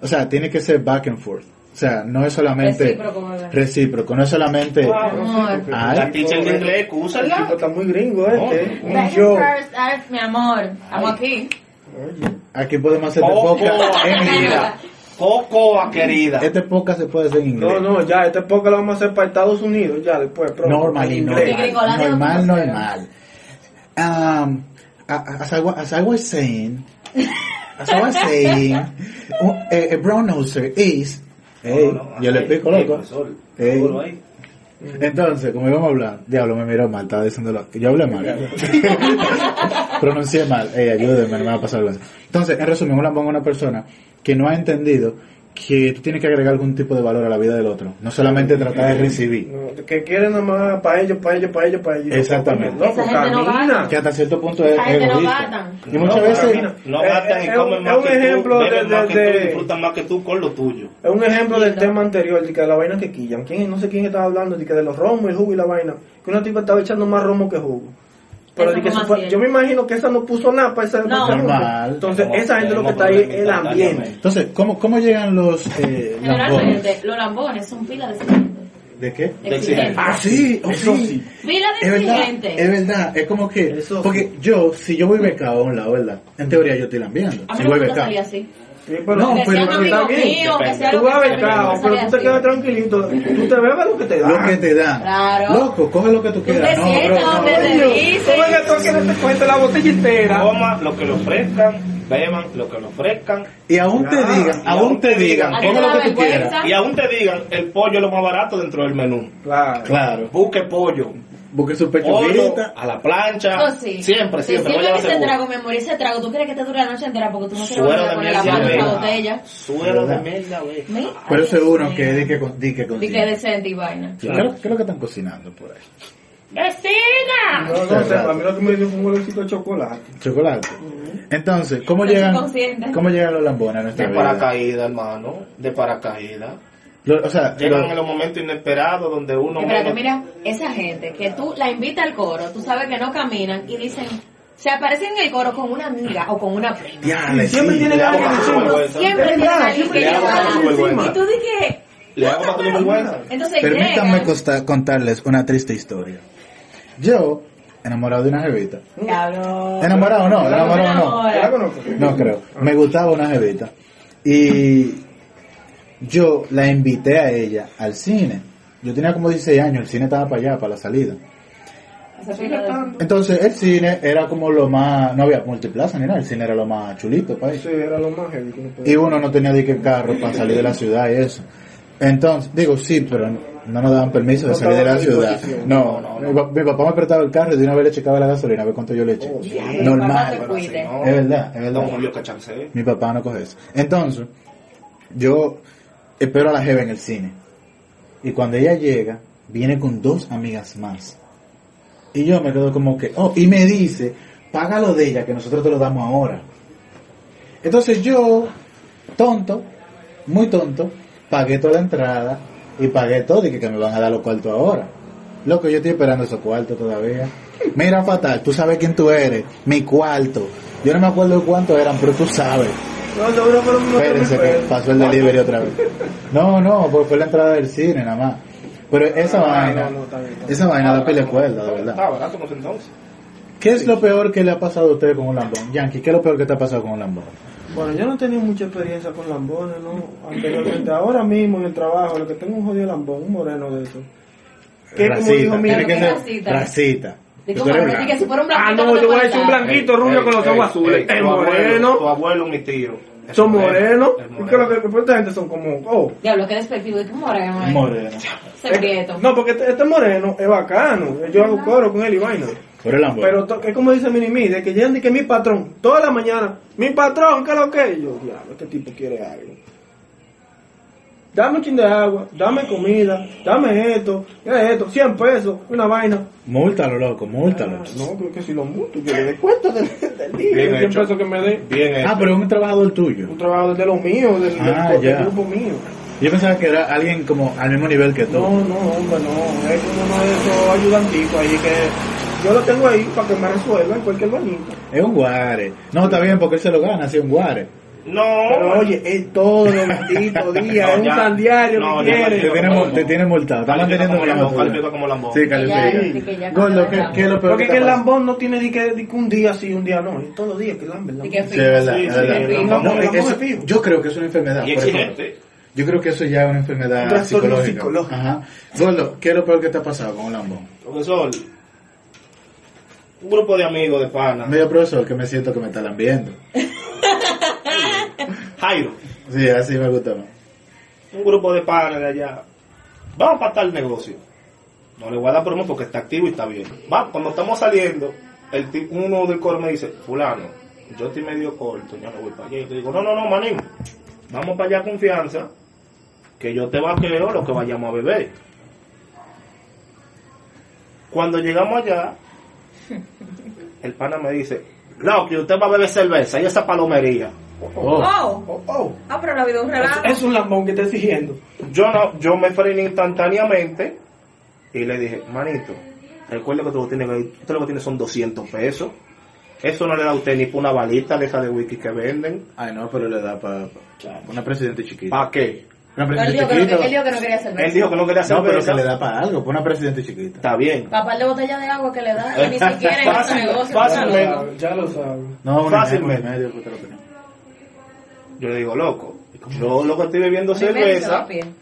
Speaker 3: o sea, tiene que ser back and forth. O sea, no es solamente
Speaker 6: Recíproco, ¿verdad?
Speaker 3: recíproco, no es solamente...
Speaker 6: Ah,
Speaker 7: Claro, sí,
Speaker 6: Amor.
Speaker 7: porque
Speaker 3: Ay.
Speaker 5: La teacher de inglés,
Speaker 7: El tipo
Speaker 5: excúsala.
Speaker 7: está muy gringo este.
Speaker 5: No,
Speaker 7: Un
Speaker 6: Back
Speaker 7: yo.
Speaker 6: and first, Arf, mi amor. Estamos aquí.
Speaker 3: Aquí podemos hacer de
Speaker 7: Oh,
Speaker 5: Poco,
Speaker 3: podcast en inglés.
Speaker 5: querida. Poco, querida.
Speaker 3: Este podcast se puede hacer en inglés.
Speaker 7: No, no, ya, este podcast lo vamos a hacer para Estados Unidos, ya después. pronto,
Speaker 3: normal y
Speaker 7: en inglés.
Speaker 6: Porque
Speaker 3: normal.
Speaker 6: Gringolandia
Speaker 3: Normal,
Speaker 6: no conoce.
Speaker 3: normal. Um, as, I, wa- as I was saying, as I was saying, a, a brown noser is. Ey, yo le pico loco. Ey. Entonces, como íbamos a hablar, diablo, me miró mal, estaba diciéndolo. Yo hablé mal. Pronuncié mal. Ey, ayúdeme, no me va a pasar algo. Entonces, en resumen, una pongo una persona que no ha entendido que tú tienes que agregar algún tipo de valor a la vida del otro. No solamente tratar de recibir.
Speaker 7: No, que quieren nada más para ellos, para ellos, para ellos, para ellos.
Speaker 3: Exactamente.
Speaker 7: Loco,
Speaker 6: Esa gente no
Speaker 7: camina.
Speaker 6: gana.
Speaker 3: que hasta cierto punto es
Speaker 6: Ay, que no
Speaker 3: egoísta.
Speaker 6: matan.
Speaker 3: Y muchas
Speaker 7: No,
Speaker 3: veces,
Speaker 7: camina.
Speaker 5: No
Speaker 7: Eh,
Speaker 5: gastan y
Speaker 7: eh,
Speaker 5: comen
Speaker 7: es
Speaker 5: más
Speaker 7: un
Speaker 5: que
Speaker 7: ejemplo
Speaker 5: tú, beben
Speaker 7: de-
Speaker 5: más
Speaker 7: de-
Speaker 5: que
Speaker 7: de-
Speaker 5: tú, disfrutan más que tú con lo tuyo.
Speaker 7: Es un ejemplo del tema anterior, de que la vaina que quillan. ¿Quién? No sé quién estaba hablando, de que de los romos, el jugo y la vaina. Que una tipa estaba echando más romo que jugo. Pero
Speaker 6: Eso
Speaker 7: de que
Speaker 6: no
Speaker 7: su-
Speaker 6: así es.
Speaker 7: yo me imagino que esa no puso nada para ese
Speaker 6: No.
Speaker 7: para ese romo.
Speaker 3: Normal.
Speaker 7: Entonces,
Speaker 5: Tenemos-
Speaker 7: esa gente lo que está ahí
Speaker 5: tenemos
Speaker 7: es el
Speaker 5: problemas
Speaker 7: ambiente.
Speaker 5: internamente.
Speaker 3: entonces, ¿cómo, cómo llegan los eh, lambones?
Speaker 6: Generalmente, los lambones son pila de exigentes.
Speaker 3: ¿De qué?
Speaker 5: De exigentes.
Speaker 3: Ah, sí, oh,
Speaker 7: Eso
Speaker 3: sí.
Speaker 7: sí.
Speaker 6: Pila de
Speaker 3: Es verdad, es
Speaker 6: exigentes.
Speaker 3: verdad, es como que,
Speaker 7: Eso sí.
Speaker 3: porque yo, si yo voy becado a un lado, ¿verdad? En teoría yo estoy lambiando,
Speaker 6: A mí
Speaker 3: si
Speaker 6: no
Speaker 3: voy
Speaker 6: me gusta
Speaker 3: becado.
Speaker 6: salir así.
Speaker 7: Sí, pero-
Speaker 3: No,
Speaker 6: que
Speaker 3: pero-
Speaker 6: sea un
Speaker 7: está
Speaker 6: amigo
Speaker 7: bien.
Speaker 6: mío, que sea
Speaker 7: Tú
Speaker 6: lo que
Speaker 7: vas
Speaker 6: sea,
Speaker 7: a
Speaker 6: pero
Speaker 7: ver,
Speaker 6: no
Speaker 7: claro, pero
Speaker 6: me sale
Speaker 7: tú te
Speaker 6: así.
Speaker 7: quedas tranquilito. Tú te bebes lo que te da.
Speaker 3: Lo que te dan.
Speaker 6: Claro.
Speaker 3: Loco, coge lo que tú
Speaker 6: Tú te
Speaker 3: quieras. No,
Speaker 6: sientas
Speaker 3: bro,
Speaker 6: donde
Speaker 3: no.
Speaker 6: te
Speaker 7: Coño,
Speaker 6: dicen.
Speaker 7: ¿cómo es que tú aquí no te cuesta la botella entera?
Speaker 5: Coman lo que le ofrezcan, beban lo que le ofrezcan.
Speaker 3: Y aún te
Speaker 7: Ah,
Speaker 3: digan,
Speaker 5: y
Speaker 3: aún te digan,
Speaker 6: ¿A ti
Speaker 3: coge
Speaker 6: te
Speaker 3: lo
Speaker 6: da
Speaker 3: que tú
Speaker 6: vergüenza?
Speaker 3: quieras.
Speaker 5: Y aún te digan, el pollo es lo más barato dentro del menú.
Speaker 7: Claro.
Speaker 3: Claro,
Speaker 5: Busque pollo.
Speaker 3: busque su pecho
Speaker 5: Pollo
Speaker 3: frita.
Speaker 5: a la plancha.
Speaker 6: Eso Oh, sí.
Speaker 5: Siempre,
Speaker 6: Te
Speaker 5: siempre.
Speaker 6: sirven
Speaker 5: Vaya a
Speaker 6: ese
Speaker 5: seguro.
Speaker 6: trago, mi amor, y ese trago. ¿Tú crees que te dure la noche entera? Porque tú no quieres volver
Speaker 5: Suero
Speaker 6: a
Speaker 5: de
Speaker 6: poner la
Speaker 5: mierda.
Speaker 6: mano en la
Speaker 5: abeja.
Speaker 6: botella.
Speaker 5: Suero de
Speaker 3: ¿Verdad?
Speaker 5: mierda, abeja.
Speaker 6: Mira,
Speaker 3: Pero
Speaker 6: Dios
Speaker 3: seguro
Speaker 6: mío.
Speaker 3: que di que con- di que
Speaker 6: Y que
Speaker 3: consigue.
Speaker 6: decente y vaina.
Speaker 3: ¿Qué es lo- qué es lo que están cocinando por ahí?
Speaker 6: ¡Vecina!
Speaker 7: No, no sé, para mí lo que me dio fue un golosito de chocolate.
Speaker 3: Chocolate. Entonces, ¿cómo
Speaker 6: Soy
Speaker 3: llegan,
Speaker 6: subconsciente.
Speaker 3: ¿cómo llegan los lambones a
Speaker 5: De
Speaker 3: nuestra vida?
Speaker 5: paracaídas, hermano. De paracaídas.
Speaker 3: Lo- o sea,
Speaker 5: Llegan
Speaker 3: lo-
Speaker 5: en los momentos inesperados donde uno...
Speaker 6: Espérate,
Speaker 5: menos-
Speaker 6: mira, esa gente que tú la invita al coro, tú sabes que no caminan y dicen, se aparecen en el coro con una amiga o con una prima.
Speaker 3: diablo,
Speaker 7: Y siempre
Speaker 3: sí.
Speaker 7: tiene
Speaker 5: Le hago
Speaker 7: alguien
Speaker 5: más
Speaker 7: encima.
Speaker 5: vergüenza.
Speaker 6: Siempre
Speaker 7: Es
Speaker 6: tienen
Speaker 7: verdad,
Speaker 6: a alguien
Speaker 7: siempre
Speaker 6: que
Speaker 5: le hago
Speaker 6: lleva.
Speaker 5: más vergüenza.
Speaker 6: Y tú dije,
Speaker 5: Le hago más vergüenza.
Speaker 6: entonces
Speaker 3: Permítanme
Speaker 6: llegan.
Speaker 3: costa- contarles una triste historia. Yo, enamorado de una jevita.
Speaker 6: Diablo.
Speaker 3: ¿Enamorado o no? ¿Enamorado o no?
Speaker 7: ¿Ya la conozco?
Speaker 3: No creo. Me gustaba una jevita. Y yo la invité a ella al cine. Yo tenía como 16 años, el cine estaba para allá, para la salida.
Speaker 6: Esa pila de-
Speaker 3: Entonces, el cine era como lo más... No había multiplaza ni nada, el cine era lo más chulito pues. para
Speaker 7: Sí, Este, era lo más heavy que uno podía.
Speaker 3: Y uno no tenía de qué carro para salir de la ciudad y eso. Entonces, digo, sí, pero no nos daban permiso de
Speaker 7: No
Speaker 3: salir de la
Speaker 7: estaba a
Speaker 3: ciudad.
Speaker 7: disposición.
Speaker 3: No, mi pa- mi papá me prestaba el carro y de una vez le checaba la gasolina a ver cuánto yo le
Speaker 7: Oh,
Speaker 3: eché.
Speaker 6: Diablo, papá te
Speaker 3: Normal.
Speaker 6: cuide.
Speaker 5: no.
Speaker 3: Es verdad, es
Speaker 5: Don
Speaker 3: verdad.
Speaker 5: Julio Cacharse.
Speaker 3: Mi papá no coge eso. Entonces, yo espero a la jefa en el cine. Y cuando ella llega, viene con dos amigas más. Y yo me quedo como que, oh, y me dice, págalo de ella, que nosotros te lo damos ahora. Entonces yo, tonto, muy tonto, pagué toda la entrada y pagué todo y que, que me van a dar los cuartos ahora. Loco, yo estoy esperando esos cuartos todavía. Mira, fatal, tú sabes quién tú eres, mi cuarto. Yo no me acuerdo cuántos eran, pero tú sabes.
Speaker 7: No, no, no, pero no,
Speaker 3: Espérense que
Speaker 7: no,
Speaker 3: pasó el delivery otra vez. No, no, porque fue la entrada del cine nada más. Pero esa
Speaker 7: Ah, no,
Speaker 3: vaina,
Speaker 7: no, está bien, está bien.
Speaker 3: esa vaina da pele cuerda, de verdad.
Speaker 5: Está barato como entonces.
Speaker 3: ¿Qué es lo peor que le ha pasado a usted con un lambón? Yankee, ¿qué es lo peor que te ha pasado con un lambón?
Speaker 7: Bueno, yo no he tenido mucha experiencia con lambones, ¿no? Anteriormente, ahora mismo en el trabajo, lo que tengo es un jodido lambón, un moreno de eso. Que como
Speaker 3: Racita,
Speaker 7: dijo mi
Speaker 3: tiene que
Speaker 6: amiga-
Speaker 3: ser racita.
Speaker 6: de
Speaker 3: Tú
Speaker 6: cómo
Speaker 3: eres
Speaker 6: no, de que si
Speaker 3: blanco.
Speaker 6: fuera un blanco.
Speaker 7: Ah, no, yo voy a decir un blanquito, rubio, con los ojos azules. El
Speaker 5: tu abuelo, Tu
Speaker 7: moreno,
Speaker 5: abuelo, mi tío. El
Speaker 7: son morenos.
Speaker 5: el
Speaker 7: Y que lo que que esta gente son como, oh.
Speaker 6: Diablo, qué despectivo. ¿Y qué moreno? eh?
Speaker 3: Moreno.
Speaker 6: Ese prieto.
Speaker 7: No, porque este, este moreno es bacano. Yo hago coro con él y vaina.
Speaker 3: Pero el lambón.
Speaker 7: Pero to- es como dice Minimi, de que llegan de que mi patrón, toda la mañana, mi patrón, ¿qué es lo que? es?". Yo, diablo, este tipo quiere algo. Dame un chin de agua, dame comida, dame esto, ya esto, 100 pesos, una vaina.
Speaker 3: Múltalo, loco, múltalo.
Speaker 7: Ah, No, pero que si lo multo, que le dé cuenta del, del día,
Speaker 5: Bien
Speaker 7: 100
Speaker 5: hecho.
Speaker 7: pesos que me dé.
Speaker 5: Bien hecho.
Speaker 8: Ah, pero es un trabajador tuyo.
Speaker 7: Un trabajo de los míos, del, del-
Speaker 8: Ah,
Speaker 7: del
Speaker 8: ya.
Speaker 7: grupo mío.
Speaker 8: Yo pensaba que era alguien como al mismo nivel que tú.
Speaker 7: No, no, hombre, no. Es como uno de esos ayudanticos ahí que yo lo tengo ahí para que me resuelva en cualquier bañito.
Speaker 8: Es un guare. No, está bien porque él se lo gana, así un guare.
Speaker 5: No.
Speaker 7: Pero oye, es todos los benditos días,
Speaker 5: No,
Speaker 7: es un
Speaker 5: ya.
Speaker 7: tan diario
Speaker 5: No,
Speaker 7: que
Speaker 5: ya,
Speaker 7: quiere.
Speaker 8: Te
Speaker 5: ya,
Speaker 8: tiene,
Speaker 5: no,
Speaker 8: mul-
Speaker 5: no.
Speaker 8: te tiene multado. Está
Speaker 5: Califica
Speaker 8: manteniendo
Speaker 5: como
Speaker 8: la
Speaker 5: lambón,
Speaker 8: montura.
Speaker 5: califica como lambón.
Speaker 8: Sí,
Speaker 6: Ya,
Speaker 8: califica.
Speaker 6: que ya
Speaker 8: Gordo,
Speaker 6: cuando
Speaker 8: ¿qué,
Speaker 6: la-
Speaker 8: ¿qué es lo peor
Speaker 7: Porque
Speaker 8: que
Speaker 7: es
Speaker 8: te
Speaker 7: que el
Speaker 8: pasa?
Speaker 7: lambón no tiene ni que, ni que un día sí, un día no. Es todos los días que lambe el
Speaker 6: Di
Speaker 7: lambón.
Speaker 6: que
Speaker 8: Sí, es verdad,
Speaker 5: Sí,
Speaker 8: es
Speaker 5: sí,
Speaker 8: verdad.
Speaker 5: el lambón,
Speaker 8: No,
Speaker 7: el
Speaker 8: es-
Speaker 7: lambón
Speaker 8: es-
Speaker 7: es fijo.
Speaker 8: yo creo que es una enfermedad.
Speaker 5: Y
Speaker 8: por ejemplo.
Speaker 5: exigente.
Speaker 8: Yo creo que eso ya es una enfermedad
Speaker 7: Un trastorno
Speaker 8: psicológica.
Speaker 7: psicológico.
Speaker 8: Ajá.
Speaker 3: Gordo, ¿qué es lo peor que te ha pasado con un lambón?
Speaker 5: Profesor, un grupo de amigos de pana.
Speaker 3: Mira, profesor, que me siento que me está lambiendo.
Speaker 5: Jairo,
Speaker 3: Sí, así me gusta más.
Speaker 5: un grupo de panas de allá. Vamos para tal negocio. No le voy a dar promo porque está activo y está bien. Va, cuando estamos saliendo, el ti- uno del coro me dice, fulano, yo estoy medio corto, yo no voy para allá. Yo te digo, no, no, no, manín, vamos para allá confianza, que yo te vaquero lo que vayamos a beber. Cuando llegamos allá, el pana me dice, no, que usted va a beber cerveza y esa palomería.
Speaker 6: Oh,
Speaker 7: Oh, oh.
Speaker 6: ah, pero no ha habido un relajo.
Speaker 7: Es un lambón que está exigiendo.
Speaker 5: Yo no, yo me frené instantáneamente y le dije, manito, recuerda que tú lo tienes, usted lo que tiene son 200 pesos. Eso no le da a usted ni por una balita de esa de whisky que venden.
Speaker 3: Ay, no, pero le da para una presidente chiquita.
Speaker 5: ¿Para qué?
Speaker 3: Una
Speaker 6: Pero él
Speaker 3: presidente
Speaker 6: dijo que no,
Speaker 3: chiquita.
Speaker 6: él dijo que no quería cerveza.
Speaker 5: Él dijo que no quería hacer
Speaker 3: No, pero que
Speaker 5: cerveza.
Speaker 3: le da para algo, para una presidente chiquita.
Speaker 5: Está bien.
Speaker 6: Papá de botella de agua que le da, y ni siquiera en ese
Speaker 5: Fácil,
Speaker 6: negocio.
Speaker 5: fácil,
Speaker 6: claro.
Speaker 5: venga.
Speaker 7: Ya lo saben.
Speaker 3: No, una
Speaker 5: Fácilmente.
Speaker 3: una y medio, fue que lo tenía.
Speaker 5: Yo le digo, loco, yo lo que estoy bebiendo
Speaker 6: Primero se va
Speaker 5: cerveza,
Speaker 6: a pie.
Speaker 5: pero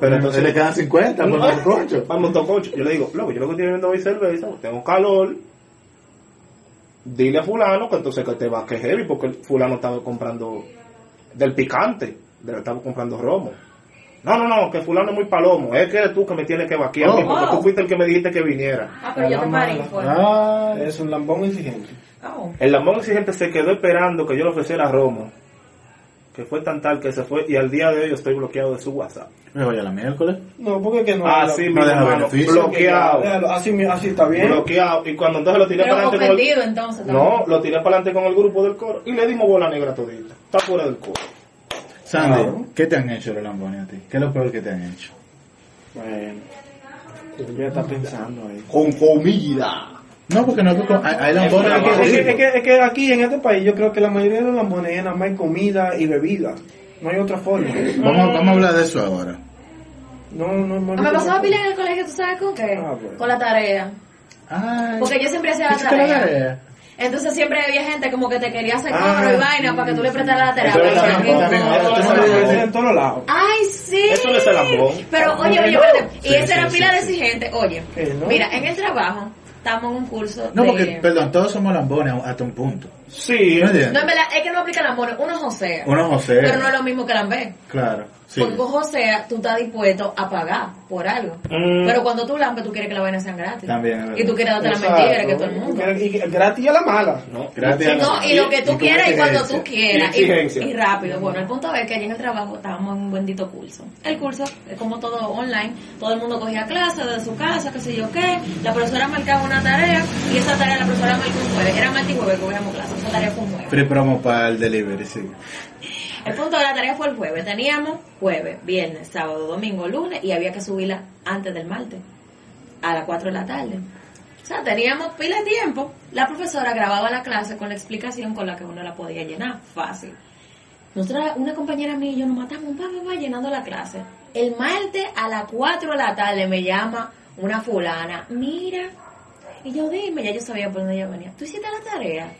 Speaker 3: Pero
Speaker 5: entonces
Speaker 3: entonces le quedan 50 por
Speaker 5: No,
Speaker 3: el concho.
Speaker 5: pues, Para el motoconcho. Yo le digo, loco, yo lo que estoy bebiendo hoy es cerveza, tengo calor. Dile a fulano que entonces que te va que heavy, porque el fulano estaba comprando del picante, de- estaba comprando romo. No, no, no, que fulano es muy palomo, es que eres tú que me tienes que vaquear, a mí,
Speaker 3: Oh.
Speaker 5: porque tú
Speaker 6: Oh.
Speaker 5: fuiste el que me dijiste que viniera.
Speaker 6: Ah, pero yo te parí. fue.
Speaker 3: Ah,
Speaker 7: Es un lambón exigente.
Speaker 6: Oh.
Speaker 5: El lambón exigente se quedó esperando que yo le ofreciera romo, que fue tan tal que se fue, y al día de hoy yo estoy bloqueado de su WhatsApp.
Speaker 3: me voy a la miércoles.
Speaker 7: No, porque es que no.
Speaker 5: Así
Speaker 7: la-
Speaker 5: mismo,
Speaker 3: deja
Speaker 5: hermano,
Speaker 3: beneficio.
Speaker 5: bloqueado,
Speaker 7: Déjalo, Así, mi- así está bien.
Speaker 5: bloqueado, y cuando entonces lo tiré para
Speaker 6: Pero
Speaker 5: adelante con el-
Speaker 6: ofendido entonces.
Speaker 5: No, lo tiré para adelante con el grupo del coro y le dimos bola negra todita. Está fuera del coro.
Speaker 3: Sandy,
Speaker 7: Claro.
Speaker 3: ¿qué te han hecho los lambones a ti? ¿Qué es lo peor que te han hecho?
Speaker 7: Bueno. Ya está pensando ahí.
Speaker 5: Con comida.
Speaker 3: No, porque no hay, hay lambones
Speaker 5: Es
Speaker 3: aquí.
Speaker 7: Es que, es,
Speaker 5: que-
Speaker 7: que, es que- es que aquí en este país yo creo que la mayoría de los lambones es nada más comida y bebida. No hay otra forma.
Speaker 3: Vamos, vamos a hablar de eso ahora.
Speaker 7: No, no, no.
Speaker 6: Ah, Me pasaba pila en el colegio, ¿tú sabes con qué?
Speaker 7: Ah, bueno.
Speaker 6: Con la tarea.
Speaker 3: Ay,
Speaker 6: Porque yo siempre hacía la
Speaker 3: ¿hiciste la
Speaker 6: tarea.
Speaker 3: tarea?
Speaker 6: Entonces siempre había gente como que te quería hacer
Speaker 7: Ah,
Speaker 6: coro y vaina para que tú le prestaras la tarea.
Speaker 3: Eso
Speaker 6: Pero
Speaker 3: también,
Speaker 6: yo-
Speaker 3: también,
Speaker 6: no.
Speaker 3: eso
Speaker 7: Eso debe ser en todos lados.
Speaker 6: Ay, sí.
Speaker 5: Eso no es el lambón.
Speaker 6: Pero, oye, oye,
Speaker 7: no.
Speaker 6: espérate. Y
Speaker 3: Sí,
Speaker 6: esa
Speaker 3: sí,
Speaker 6: era
Speaker 3: sí,
Speaker 6: pila de
Speaker 3: sí.
Speaker 6: exigente. Oye,
Speaker 7: Que no.
Speaker 6: mira, en el trabajo estamos en un curso
Speaker 3: No,
Speaker 6: de...
Speaker 3: porque, perdón, todos somos lambones hasta un punto.
Speaker 5: Sí.
Speaker 3: ¿Me
Speaker 6: No, en
Speaker 3: entiendes?
Speaker 6: verdad, es que no aplica el amor. Uno josea.
Speaker 3: Uno josea.
Speaker 6: Pero no es lo mismo que el amor.
Speaker 3: Claro, sí.
Speaker 6: Porque con josea tú estás dispuesto a pagar por algo.
Speaker 5: Mm.
Speaker 6: Pero cuando tú lambes, tú quieres que la vaina sea gratis.
Speaker 3: También, es verdad.
Speaker 6: Y tú quieres darte la
Speaker 7: Exacto.
Speaker 6: mentira que todo el mundo.
Speaker 7: Y que- gratis a la mala.
Speaker 5: No.
Speaker 3: Gracias.
Speaker 6: No, y lo que tú
Speaker 3: con
Speaker 6: quieras y cuando tú
Speaker 3: exigencia.
Speaker 6: quieras.
Speaker 5: Y
Speaker 6: Y,
Speaker 5: exigencia.
Speaker 6: y rápido. Bueno, el punto es que allí en el trabajo estábamos en un bendito curso. El curso, eh, como todo online, todo el mundo cogía clases desde su casa, qué sé yo qué. La profesora marcaba una tarea y esa tarea la profesora marcó un jueves. Era martes y jueves que cogíamos clases. Esa tarea fue un jueves.
Speaker 3: Free promo para el delivery, sí.
Speaker 6: El punto de la tarea fue el jueves. Teníamos jueves, viernes, sábado, domingo, lunes y había que subirla antes del martes, a las 4 de la tarde. O sea, teníamos pila de tiempo. La profesora grababa la clase con la explicación con la que uno la podía llenar. Fácil. Nosotras, una compañera mía y yo nos matamos, va, va, va, llenando la clase. El martes a las 4 de la tarde me llama una fulana. Mira. Y yo, dime, ya yo sabía por dónde ella venía. ¿Tú hiciste la tarea?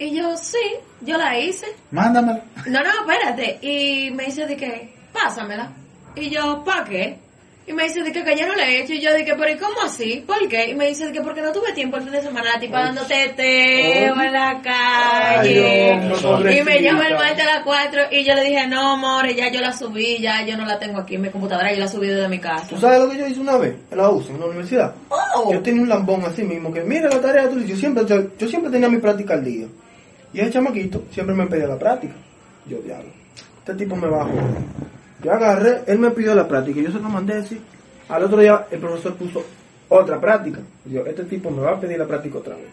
Speaker 6: Y yo, sí, yo la hice.
Speaker 3: Mándamelo.
Speaker 6: No, no, espérate. Y me dice de que, pásamela. Y yo, ¿pa' qué? Y me dice de que, que yo no la he hecho. Y yo dije, pero ¿y cómo así? ¿Por qué? Y me dice de que porque no tuve tiempo el fin de semana. La tipa dando teteo en la calle.
Speaker 7: Ay, hombre,
Speaker 6: y me llama el
Speaker 7: pobrecita.
Speaker 6: martes a las 4 y yo le dije, no, amores, ya yo la subí, ya yo no la tengo aquí en mi computadora, yo la subí desde mi casa.
Speaker 7: ¿Tú sabes lo que yo hice una vez? En la UCI, en la universidad.
Speaker 6: Oh.
Speaker 7: Yo tenía un lambón así mismo, que mira la tarea tú le dices, yo siempre, yo, yo siempre tenía mi práctica al día. Y el chamaquito siempre me pedía la práctica. Yo, diablo, este tipo me va a joder. Yo agarré, él me pidió la práctica, y yo se lo mandé así. Al otro día el profesor puso otra práctica. Y yo, este tipo me va a pedir la práctica otra vez.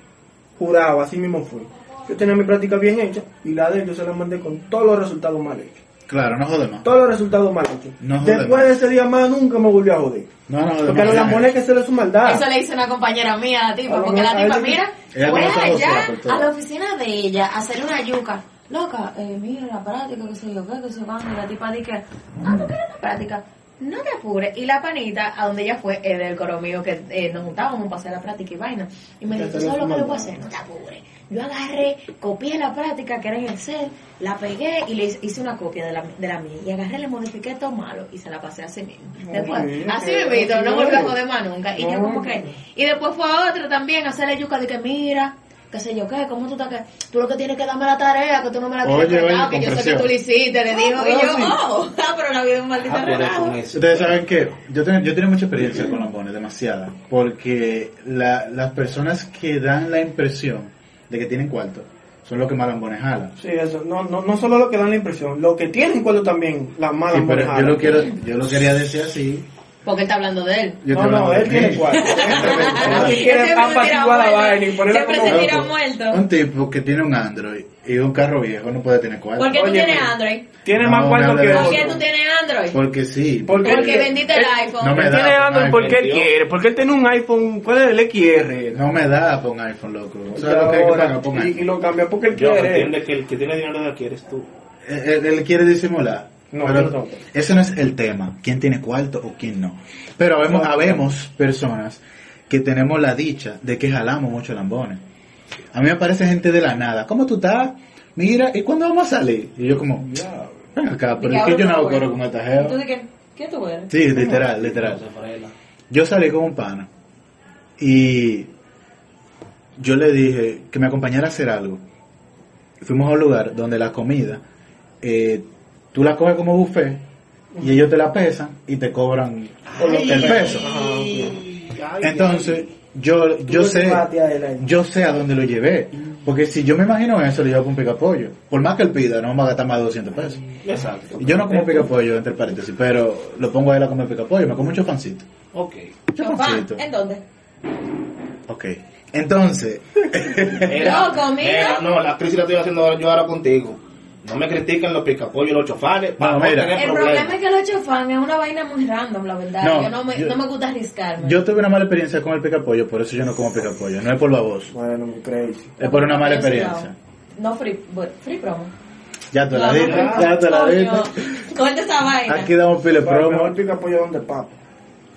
Speaker 7: Jurado, así mismo fue. Yo tenía mi práctica bien hecha y la de él yo se la mandé con todos los resultados mal hechos.
Speaker 3: Claro, no jode más.
Speaker 7: Todos los resultados mal hechos.
Speaker 3: No joder.
Speaker 7: Después de ese día más nunca me volvió a joder.
Speaker 3: No, no jode
Speaker 7: Porque
Speaker 3: más.
Speaker 7: a los lambones que se le su maldad.
Speaker 6: Eso le hizo una compañera mía a la
Speaker 7: A
Speaker 6: tipa,
Speaker 7: lo
Speaker 6: porque la
Speaker 7: mejor-
Speaker 6: tipa,
Speaker 7: a veces-
Speaker 6: mira,
Speaker 3: Ella
Speaker 6: fue
Speaker 3: conoce a los
Speaker 6: allá
Speaker 3: flacos, todo.
Speaker 6: a la oficina de ella a hacerle una yuca. Loca, eh, mira la práctica, que se yo, qué, que se van, y la tipa dice, ah, tú quieres una práctica, no te apures. Y la panita, a donde ella fue, eh, del coro mío, que eh, nos juntábamos para hacer la práctica y vaina. Y me
Speaker 7: Ya
Speaker 6: dijo,
Speaker 7: te
Speaker 6: ¿tú
Speaker 7: lo
Speaker 6: sabes lo que le voy
Speaker 7: fumaba.
Speaker 6: a hacer? No te apures. Yo agarré, copié la práctica que era en el cel, la pegué y le hice- hice una copia de la, de la mía. Y agarré, le modifiqué todo malo y se la pasé así mismo. Después,
Speaker 7: bien,
Speaker 6: así
Speaker 7: qué
Speaker 6: mismo, no
Speaker 7: bien.
Speaker 6: volví a joder más nunca. Y yo
Speaker 7: No.
Speaker 6: como que, y después fue a otra también a hacerle yuca de que mira, qué sé yo qué, cómo tú estás que, tú lo que tienes que darme la tarea, que tú no me la tienes
Speaker 5: Oye,
Speaker 6: que
Speaker 5: oye,
Speaker 6: dar, que yo sé que
Speaker 5: compresión.
Speaker 6: tú lo hiciste, le dijo, y yo,
Speaker 7: sí.
Speaker 6: oh, ah, pero la vida es un maldito
Speaker 5: Ah, pero
Speaker 6: relajo.
Speaker 5: con eso.
Speaker 3: Ustedes saben que yo, ten- yo tenía mucha experiencia con lambones, demasiada, porque la- las personas que dan la impresión de que tienen cuarto son los que más lambones jalan.
Speaker 7: Sí, eso. No, no, no solo lo que dan la impresión, lo que tienen cuando también las malas
Speaker 3: Sí, pero yo
Speaker 7: manejadas.
Speaker 3: lo, quiero, yo lo quería decir así.
Speaker 6: Porque él está hablando de él.
Speaker 3: Yo
Speaker 7: No,
Speaker 3: estoy
Speaker 7: no,
Speaker 3: hablando de
Speaker 7: él tiene
Speaker 3: mí.
Speaker 7: cuatro.
Speaker 3: Ah,
Speaker 6: Él
Speaker 7: Él
Speaker 6: siempre
Speaker 7: quiere
Speaker 6: se tira
Speaker 7: apaciguar la
Speaker 6: muerto.
Speaker 7: vaina y ponerla
Speaker 6: Siempre
Speaker 7: como
Speaker 6: se tira
Speaker 7: loco.
Speaker 6: muerto.
Speaker 3: Un tipo que tiene un Android y un carro viejo no puede tener cuarto.
Speaker 6: ¿Por qué tú
Speaker 7: Oye,
Speaker 6: tienes
Speaker 3: pues.
Speaker 7: mira.
Speaker 6: Android?
Speaker 7: Tiene
Speaker 3: No,
Speaker 7: más cuarto
Speaker 3: me
Speaker 7: que
Speaker 3: hable
Speaker 6: ¿Por qué
Speaker 7: otro.
Speaker 6: tú tienes Android?
Speaker 3: Porque sí.
Speaker 7: Porque-
Speaker 6: Porque vendiste el iPhone.
Speaker 3: No me
Speaker 7: Él
Speaker 3: da
Speaker 7: tiene
Speaker 3: un
Speaker 7: Android porque
Speaker 5: iPhone,
Speaker 7: él
Speaker 5: tío.
Speaker 7: quiere, porque él tiene un iPhone, ¿cuál es el XR?
Speaker 3: No me da pon iPhone, loco.
Speaker 7: Y
Speaker 3: ¿Sabes lo que hay que
Speaker 7: ahora,
Speaker 3: pagar? Pon
Speaker 7: y, y
Speaker 3: iPhone.
Speaker 7: lo cambió porque él
Speaker 5: Yo
Speaker 7: quiere.
Speaker 5: entiendo que el que tiene dinero lo que eres tú.
Speaker 3: Él, Eh, él quiere disimular.
Speaker 7: No,
Speaker 3: pero
Speaker 7: yo no.
Speaker 3: ese no es el tema. ¿Quién tiene cuarto o quién no? Pero habemos, habemos personas que tenemos la dicha de que jalamos mucho lambones. A mí me aparece gente de la nada. ¿Cómo tú estás? Mira, ¿y cuándo vamos a salir? Y yo como, ven acá, pero es que yo no hago coro con esta
Speaker 6: Y
Speaker 3: jeva.
Speaker 6: pues. tú dices, ¿qué tú eres?
Speaker 3: Sí, literal, literal. Yo salí con un pana y yo le dije que me acompañara a hacer algo. Fuimos a un lugar donde la comida, eh, tú la coges como buffet y ellos te la pesan y te cobran el peso. Entonces, yo, yo
Speaker 7: lo
Speaker 3: sé,
Speaker 7: llevaste a él ahí.
Speaker 3: yo sé a dónde lo llevé. Porque si yo me imagino eso, le llevo con un picapollo. Por más que él pida, no me va a gastar más de 200 pesos.
Speaker 5: Exacto.
Speaker 3: Yo no como picapollo, entre paréntesis, pero lo pongo a él a comer picapollo. Me como un chofancito.
Speaker 5: Ok.
Speaker 6: Papá,
Speaker 3: Chofancito.
Speaker 6: ¿en dónde?
Speaker 3: Ok. Entonces,
Speaker 6: Loco, mira.
Speaker 5: Era- no, la crisis la estoy haciendo ahora- yo ahora contigo. No me critiquen los picapollos, los chofanes. para
Speaker 3: No,
Speaker 5: no
Speaker 3: mira.
Speaker 5: tener
Speaker 6: El problema es que los chofán es una vaina muy random, la verdad.
Speaker 3: No,
Speaker 6: yo, no me,
Speaker 3: yo-
Speaker 6: no me gusta arriesgarme.
Speaker 3: yo tuve una mala experiencia con el picapollo, por eso yo no como picapollo. No es por baboso,
Speaker 7: Bueno, muy crazy.
Speaker 3: es por una mala
Speaker 6: Yo sí lo
Speaker 3: experiencia.
Speaker 6: hago. No free, but- free promo.
Speaker 3: Ya te la
Speaker 6: No,
Speaker 3: di,
Speaker 6: no, no.
Speaker 3: ya te la di.
Speaker 6: Coño, Corta esa vaina.
Speaker 3: Aquí damos pile
Speaker 7: Pero
Speaker 3: promo.
Speaker 7: mejor pica pollo donde papa.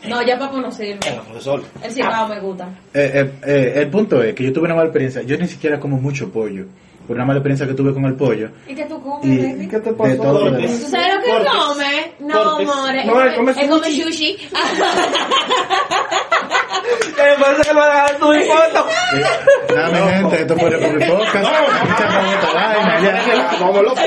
Speaker 6: No, ya papo no sirve.
Speaker 5: Venga, profesor.
Speaker 6: El cibao me gusta.
Speaker 3: Eh, eh, eh, el punto es que yo tuve una mala experiencia. Yo ni siquiera como mucho pollo. Por una mala experiencia que tuve con el pollo.
Speaker 6: ¿Y qué tú comes,
Speaker 3: Y
Speaker 6: baby?
Speaker 7: ¿Qué te
Speaker 3: de
Speaker 7: pasó?
Speaker 3: todo lo
Speaker 5: Cortes.
Speaker 3: demás.
Speaker 6: ¿Tú sabes lo que
Speaker 5: Cortes.
Speaker 6: come? No,
Speaker 5: Cortes.
Speaker 6: more.
Speaker 7: No, él come
Speaker 6: Él come sushi.
Speaker 7: ¿Qué pasa que lo hagas tú y foto?
Speaker 3: Eh, Nada, mi gente, esto fue el podcast. Que se acabó esta vaina, ya.
Speaker 5: Como loco.